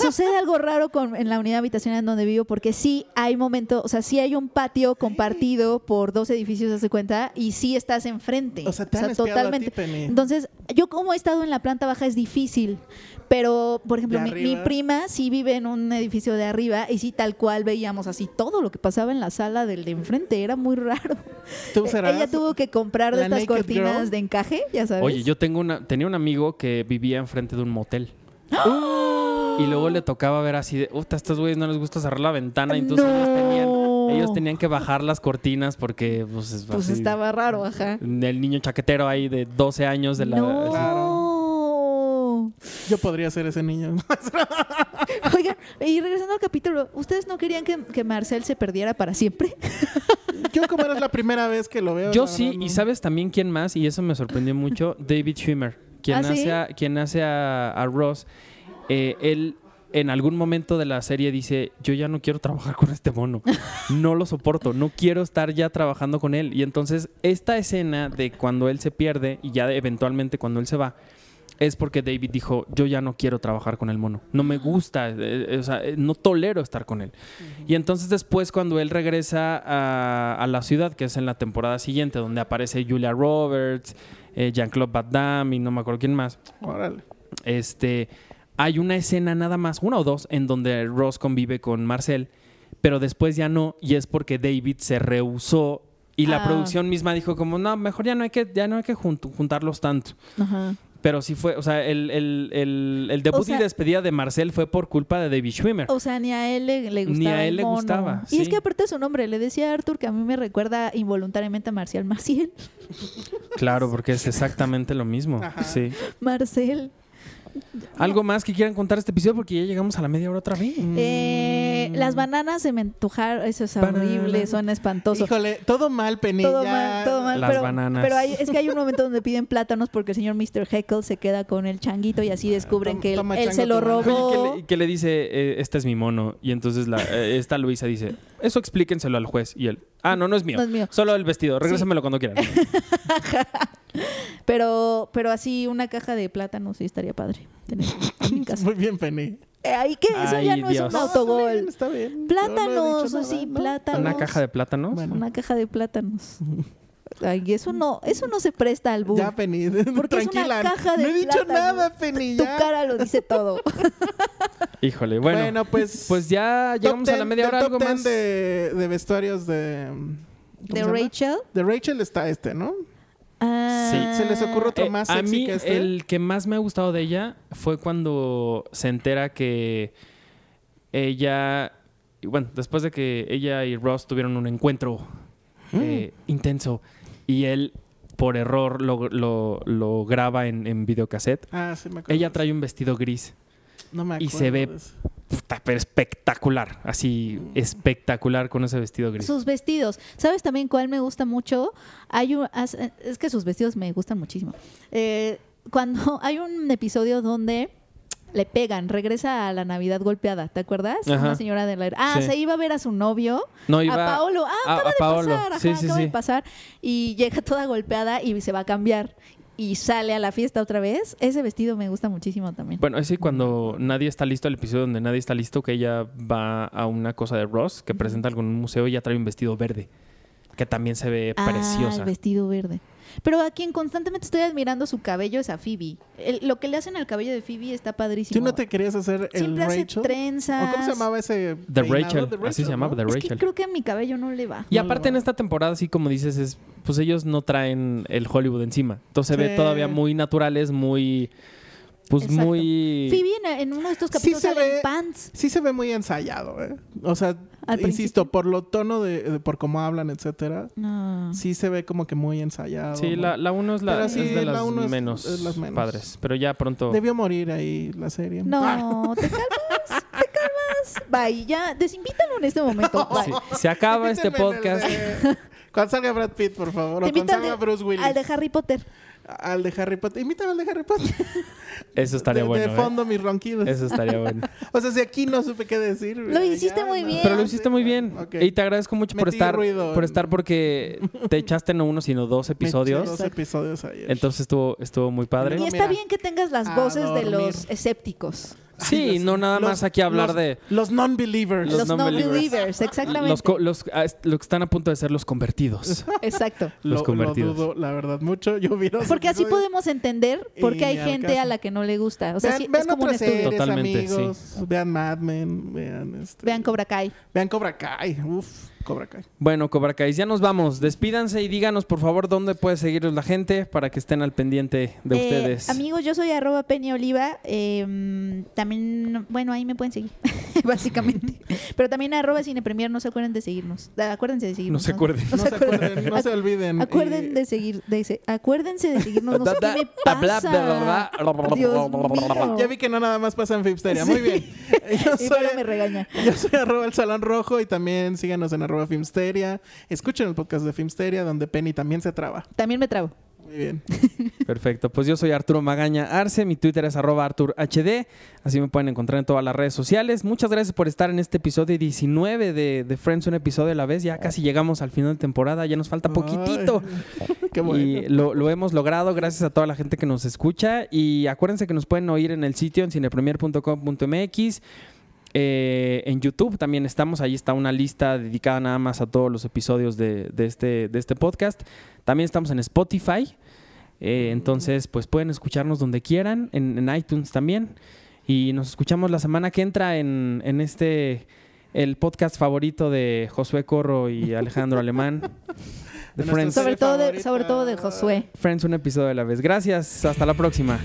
Speaker 1: sucede algo raro con, en la unidad habitacional en donde vivo, porque sí hay momentos, o sea, sí hay un patio compartido por dos edificios, hace cuenta, y sí estás enfrente.
Speaker 3: O sea, te han espiado a ti, Penny.
Speaker 1: Entonces, yo como he estado en la planta baja es difícil, pero, por ejemplo,
Speaker 3: De
Speaker 1: mi, mi
Speaker 3: arriba.
Speaker 1: prima sí vive en un edificio de arriba y sí tal cual veíamos así todo lo que pasaba en la sala del de enfrente, era muy raro.
Speaker 3: ¿Tú
Speaker 1: Eh,
Speaker 3: serás?
Speaker 1: Ella tuvo que comprar de
Speaker 3: la
Speaker 1: estas
Speaker 3: naked
Speaker 1: cortinas
Speaker 3: girl?
Speaker 1: de encaje, ya sabes.
Speaker 2: Oye, yo tengo una tenía un amigo que vivía enfrente de un motel. Y luego le tocaba ver así de, "Uta, a estos güeyes no les gusta cerrar la ventana",
Speaker 1: <gasps>
Speaker 2: y entonces ellos tenían
Speaker 1: No.
Speaker 2: ellos tenían que bajar las cortinas porque pues, es
Speaker 1: Pues
Speaker 2: así,
Speaker 1: estaba raro, ajá.
Speaker 2: el niño chaquetero ahí de 12 años de la
Speaker 1: no.
Speaker 3: Yo podría ser ese niño. <laughs>
Speaker 1: Oigan, <laughs> y regresando al capítulo, ¿ustedes no querían que, que Marcel se perdiera para siempre?
Speaker 3: Yo como eres la primera vez que lo veo.
Speaker 2: Yo
Speaker 3: la
Speaker 2: sí,
Speaker 3: verdad,
Speaker 2: y
Speaker 3: no.
Speaker 2: sabes también quién más, y eso me
Speaker 3: <laughs>
Speaker 2: sorprendió mucho, David Schwimmer, quien
Speaker 1: ¿Ah, sí?
Speaker 2: hace a, quien hace a, a Ross. Eh, él en algún momento de la serie dice, yo ya no quiero trabajar con este mono, no lo soporto, no quiero estar ya trabajando con él. Y entonces esta escena de cuando él se pierde y ya eventualmente cuando él se va, es porque David dijo, yo ya no quiero trabajar con el mono, no me gusta, eh, eh, o sea, eh, no tolero estar con él. Y entonces después cuando él regresa a, a la ciudad, que es en la temporada siguiente, donde aparece Julia Roberts, eh, Jean-Claude Van Damme y no me acuerdo quién más,
Speaker 3: Órale.
Speaker 2: este, hay una escena nada más, una o dos, en donde Ross convive con Marcel, pero después ya no, y es porque David se rehusó y la
Speaker 1: Ah.
Speaker 2: producción misma dijo como, no, mejor ya no hay que, ya no hay que jun- juntarlos tanto.
Speaker 1: Ajá.
Speaker 2: Pero sí fue, o sea, el, el, el, el debut
Speaker 1: O sea-
Speaker 2: y despedida de Marcel fue por culpa de David Schwimmer.
Speaker 1: O sea, ni a él le, le
Speaker 2: Ni
Speaker 1: gustaba.
Speaker 2: a él
Speaker 1: el
Speaker 2: le
Speaker 1: mono.
Speaker 2: gustaba,
Speaker 1: Y es
Speaker 2: sí.
Speaker 1: que aparte de su nombre, le decía a Arthur que a mí me recuerda involuntariamente a Marcial Maciel.
Speaker 2: Claro, porque es exactamente lo mismo.
Speaker 3: Ajá.
Speaker 2: Sí.
Speaker 1: <laughs> Marcel.
Speaker 2: ¿Algo más que quieran contar este episodio? Porque ya llegamos a la media hora otra vez. Mm.
Speaker 1: Eh, las bananas se me antojaron. Eso es
Speaker 2: Banana.
Speaker 1: horrible, suena espantoso.
Speaker 3: Híjole, todo mal, Penilla.
Speaker 1: todo mal, todo mal.
Speaker 2: Las
Speaker 1: pero
Speaker 2: bananas.
Speaker 1: pero hay- es que hay un momento donde piden plátanos porque el señor Mr. Heckle se queda con el changuito y así descubren
Speaker 3: Toma-
Speaker 1: que él,
Speaker 3: toma,
Speaker 1: él
Speaker 3: chango,
Speaker 1: se lo
Speaker 3: toma. Oye,
Speaker 2: Oye, ¿qué
Speaker 1: robó.
Speaker 2: le, qué le dice, eh, este es mi mono? Y entonces la, eh, esta Luisa dice, eso explíquenselo al juez. Y él, ah, no, no es mío.
Speaker 1: No es mío.
Speaker 2: Solo el vestido, regrésamelo cuando quieran.
Speaker 1: Pero, pero así una caja de plátanos sí estaría padre tener en mi casa.
Speaker 3: <laughs> Muy bien, Penny.
Speaker 1: Eh, ahí que eso ya
Speaker 2: Ay,
Speaker 1: no
Speaker 2: Dios.
Speaker 1: es un
Speaker 2: No,
Speaker 1: autogol.
Speaker 3: Está bien. está bien. Yo no he
Speaker 1: Plátanos,
Speaker 3: dicho nada,
Speaker 1: sí,
Speaker 3: ¿no?
Speaker 1: plátanos.
Speaker 2: ¿Una caja de plátanos?
Speaker 3: Bueno.
Speaker 1: Una caja de plátanos. Ay, eso no, eso no se presta al burro.
Speaker 3: Ya, Penny. <laughs>
Speaker 1: Porque es una
Speaker 3: Tranquila.
Speaker 1: caja de
Speaker 3: no he dicho
Speaker 1: plátanos.
Speaker 3: nada, Penny.
Speaker 1: Tu
Speaker 3: ya.
Speaker 1: cara lo dice todo.
Speaker 2: Híjole, bueno.
Speaker 3: Bueno, pues.
Speaker 2: pues ya
Speaker 3: top
Speaker 2: llegamos a la
Speaker 3: ten-
Speaker 2: media
Speaker 3: del
Speaker 2: hora,
Speaker 3: top
Speaker 2: algo
Speaker 3: ten
Speaker 2: más.
Speaker 3: De, de vestuarios de. ¿cómo se
Speaker 1: De
Speaker 3: llama?
Speaker 1: Rachel.
Speaker 3: De Rachel está este, ¿no?
Speaker 1: Ah,
Speaker 3: ¿Se les ocurre otro
Speaker 2: Eh,
Speaker 3: más
Speaker 2: a
Speaker 3: sexy
Speaker 2: mí
Speaker 3: que este?
Speaker 2: el que más me ha gustado de ella fue cuando se entera que ella y bueno después de que ella y Ross tuvieron un encuentro
Speaker 3: Mm.
Speaker 2: eh, intenso y él por error lo, lo- lo graba en, en videocassette
Speaker 3: Ah, sí, me acuerdo.
Speaker 2: ella trae un vestido gris
Speaker 3: No me
Speaker 2: y
Speaker 3: acuerdo
Speaker 2: se ve-
Speaker 3: de eso.
Speaker 2: puta, pero espectacular así
Speaker 3: Mm.
Speaker 2: espectacular con ese vestido gris
Speaker 1: Sus vestidos. ¿Sabes también cuál me gusta mucho? Hay un, as- es que sus vestidos me gustan muchísimo. Eh, cuando <laughs> hay un episodio donde le pegan, regresa a la Navidad golpeada, ¿te acuerdas?
Speaker 2: Ajá.
Speaker 1: Una señora de la... Ah,
Speaker 2: Sí.
Speaker 1: se iba a ver a su novio.
Speaker 2: no iba
Speaker 1: a Paolo. Ah,
Speaker 2: a-
Speaker 1: acaba
Speaker 2: a
Speaker 1: de
Speaker 2: Paolo.
Speaker 1: pasar. Ajá,
Speaker 2: Sí, sí,
Speaker 1: acaba
Speaker 2: sí.
Speaker 1: de pasar. Y llega toda golpeada y se va a cambiar. Y sale a la fiesta otra vez. Ese vestido me gusta muchísimo también.
Speaker 2: Bueno, ese cuando nadie está listo, el episodio donde nadie está listo, que ella va a una cosa de Ross, que presenta algún museo y ya trae un vestido verde, que también se ve
Speaker 1: Ah,
Speaker 2: preciosa.
Speaker 1: el vestido verde. Pero a quien constantemente estoy admirando su cabello es a Phoebe. El- lo que le hacen al cabello de Phoebe está padrísimo.
Speaker 3: ¿Tú no te querías hacer el
Speaker 1: Siempre hace
Speaker 3: Rachel?
Speaker 1: trenzas.
Speaker 3: ¿O cómo se llamaba ese?
Speaker 2: The
Speaker 3: peinado?
Speaker 2: Rachel, así se llamaba,
Speaker 3: ¿no?
Speaker 2: The
Speaker 1: Es que
Speaker 2: Rachel.
Speaker 1: creo que a mi cabello no le va.
Speaker 2: Y
Speaker 3: No lo
Speaker 2: aparte en
Speaker 3: va.
Speaker 2: esta temporada, así como dices, es pues ellos no traen el Hollywood encima. Entonces se ve
Speaker 3: Sí.
Speaker 2: todavía muy naturales, muy... Pues
Speaker 1: Exacto.
Speaker 2: muy...
Speaker 1: Phoebe en, en uno de estos
Speaker 3: Sí
Speaker 1: capítulos
Speaker 3: se
Speaker 1: sale en
Speaker 3: ve-
Speaker 1: pants.
Speaker 3: Sí se ve muy ensayado, ¿eh? O sea,
Speaker 1: Al
Speaker 3: insisto, por lo tono de, de- por cómo hablan, etcétera,
Speaker 1: No.
Speaker 3: sí se ve como que muy ensayado.
Speaker 2: Sí,
Speaker 3: muy-
Speaker 2: la, la uno es, la,
Speaker 3: Pero sí,
Speaker 2: es de
Speaker 3: la
Speaker 2: las,
Speaker 3: uno es-
Speaker 2: menos
Speaker 3: es las menos.
Speaker 2: padres, pero ya pronto...
Speaker 3: Debió morir ahí la serie. Ah,
Speaker 1: No, te calmas, te calmas. Bye, ya, desinvítalo en este momento. Bye.
Speaker 3: <laughs>
Speaker 2: Sí, se acaba este
Speaker 3: invítenme en el
Speaker 2: podcast.
Speaker 3: de- Cuando salga Brad Pitt, por favor.
Speaker 1: Te
Speaker 3: O cuando
Speaker 1: invito al
Speaker 3: salga
Speaker 1: de-
Speaker 3: Bruce Willis.
Speaker 1: Al de Harry Potter.
Speaker 3: Al de Harry Potter. Invítame al de Harry Potter.
Speaker 2: Eso estaría
Speaker 3: de,
Speaker 2: bueno.
Speaker 3: De
Speaker 2: ¿eh?
Speaker 3: fondo mis ronquidos.
Speaker 2: Eso estaría bueno.
Speaker 3: O sea, si aquí no supe qué decir.
Speaker 1: Lo hiciste muy bien.
Speaker 2: Pero lo hiciste muy bien.
Speaker 3: Ok.
Speaker 2: Y te agradezco mucho por
Speaker 3: Metí
Speaker 2: estar,
Speaker 3: ruido
Speaker 2: por
Speaker 3: en-
Speaker 2: estar porque te echaste no uno,
Speaker 3: <laughs>
Speaker 2: sino dos
Speaker 3: Me eché
Speaker 2: episodios.
Speaker 3: Dos episodios ayer.
Speaker 2: Entonces estuvo, estuvo muy
Speaker 1: Y
Speaker 2: padre.
Speaker 3: No,
Speaker 1: está
Speaker 3: mira.
Speaker 1: bien que tengas las
Speaker 3: A
Speaker 1: voces de
Speaker 3: dormir.
Speaker 1: los escépticos.
Speaker 3: Ay,
Speaker 2: Sí,
Speaker 3: Dios.
Speaker 2: no nada
Speaker 3: Los-
Speaker 2: más aquí hablar
Speaker 3: los-
Speaker 2: de
Speaker 3: Los non-believers.
Speaker 2: Los
Speaker 1: Los,
Speaker 2: non-believers.
Speaker 1: non-believers, exactamente.
Speaker 2: los, co- los, ah, est- los que están a punto de ser
Speaker 3: <laughs>
Speaker 2: los convertidos.
Speaker 1: Exacto.
Speaker 3: Lo-
Speaker 2: los convertidos.
Speaker 3: Lo dudo, la verdad, mucho. Yo vi <laughs> los
Speaker 1: Porque así
Speaker 3: episodios.
Speaker 1: podemos entender por qué
Speaker 3: Y
Speaker 1: hay
Speaker 3: ni al
Speaker 1: gente
Speaker 3: caso.
Speaker 1: a la que no le gusta. O sea,
Speaker 3: vean
Speaker 1: sí,
Speaker 3: vean
Speaker 1: es como un
Speaker 3: otras
Speaker 1: estudio.
Speaker 3: series,
Speaker 2: Totalmente,
Speaker 3: amigos. Vean Mad Men. Vean, este,
Speaker 1: Vean Cobra Kai.
Speaker 3: vean Cobra Kai. Uf, Cobra Kai.
Speaker 2: Bueno, Cobra Kai, ya nos vamos. Despídanse y díganos, por favor, dónde puede seguirnos la gente para que estén al pendiente de
Speaker 1: Eh,
Speaker 2: ustedes.
Speaker 1: Amigos, yo soy arroba Penny Oliva. eh, también, bueno, ahí me pueden seguir, <laughs> básicamente. Pero también arroba Cine Premier, no se acuerden de seguirnos. Ah, Acuérdense de
Speaker 2: no
Speaker 1: seguirnos.
Speaker 2: se acuerden. eh,
Speaker 3: No, se acuerden, no se olviden.
Speaker 1: Acuerden de seguir, de se- acuérdense de seguirnos. No sé qué me pasa. Dios mío.
Speaker 3: Y- Ya vi que no nada más pasa en Filmsteria. Muy
Speaker 1: Sí. <laughs>
Speaker 3: bien. Yo
Speaker 1: Y
Speaker 3: soy,
Speaker 1: Vero me regaña.
Speaker 3: yo soy arroba el Salón Rojo y también síganos en arroba Filmsteria. Escuchen el podcast de Filmsteria donde Penny también se traba.
Speaker 1: También me trabo.
Speaker 3: Muy bien.
Speaker 2: Perfecto. Pues yo soy Arturo Magaña Arce. Mi Twitter es arroba ArturHD. Así me pueden encontrar en todas las redes sociales. Muchas gracias por estar en este episodio 19 de, de Friends, un episodio a la vez. Ya casi llegamos al final de temporada. Ya nos falta poquitito.
Speaker 3: Ay, qué bueno.
Speaker 2: Y lo, lo hemos logrado gracias a toda la gente que nos escucha. Y acuérdense que nos pueden oír en el sitio en cinepremier.com.mx. Eh, en YouTube también estamos, ahí está una lista dedicada nada más a todos los episodios de, de este, de este podcast. También estamos en Spotify, eh, entonces pues pueden escucharnos donde quieran, en, en iTunes también. Y nos escuchamos la semana que entra en, en este, el podcast favorito de Josué Corro y Alejandro
Speaker 3: <laughs>
Speaker 2: Alemán. De
Speaker 3: Bueno,
Speaker 2: Friends.
Speaker 3: esto
Speaker 1: Sobre todo, de,
Speaker 3: favorita.
Speaker 1: sobre todo de Josué.
Speaker 2: Friends, un episodio a la vez. Gracias, hasta la próxima.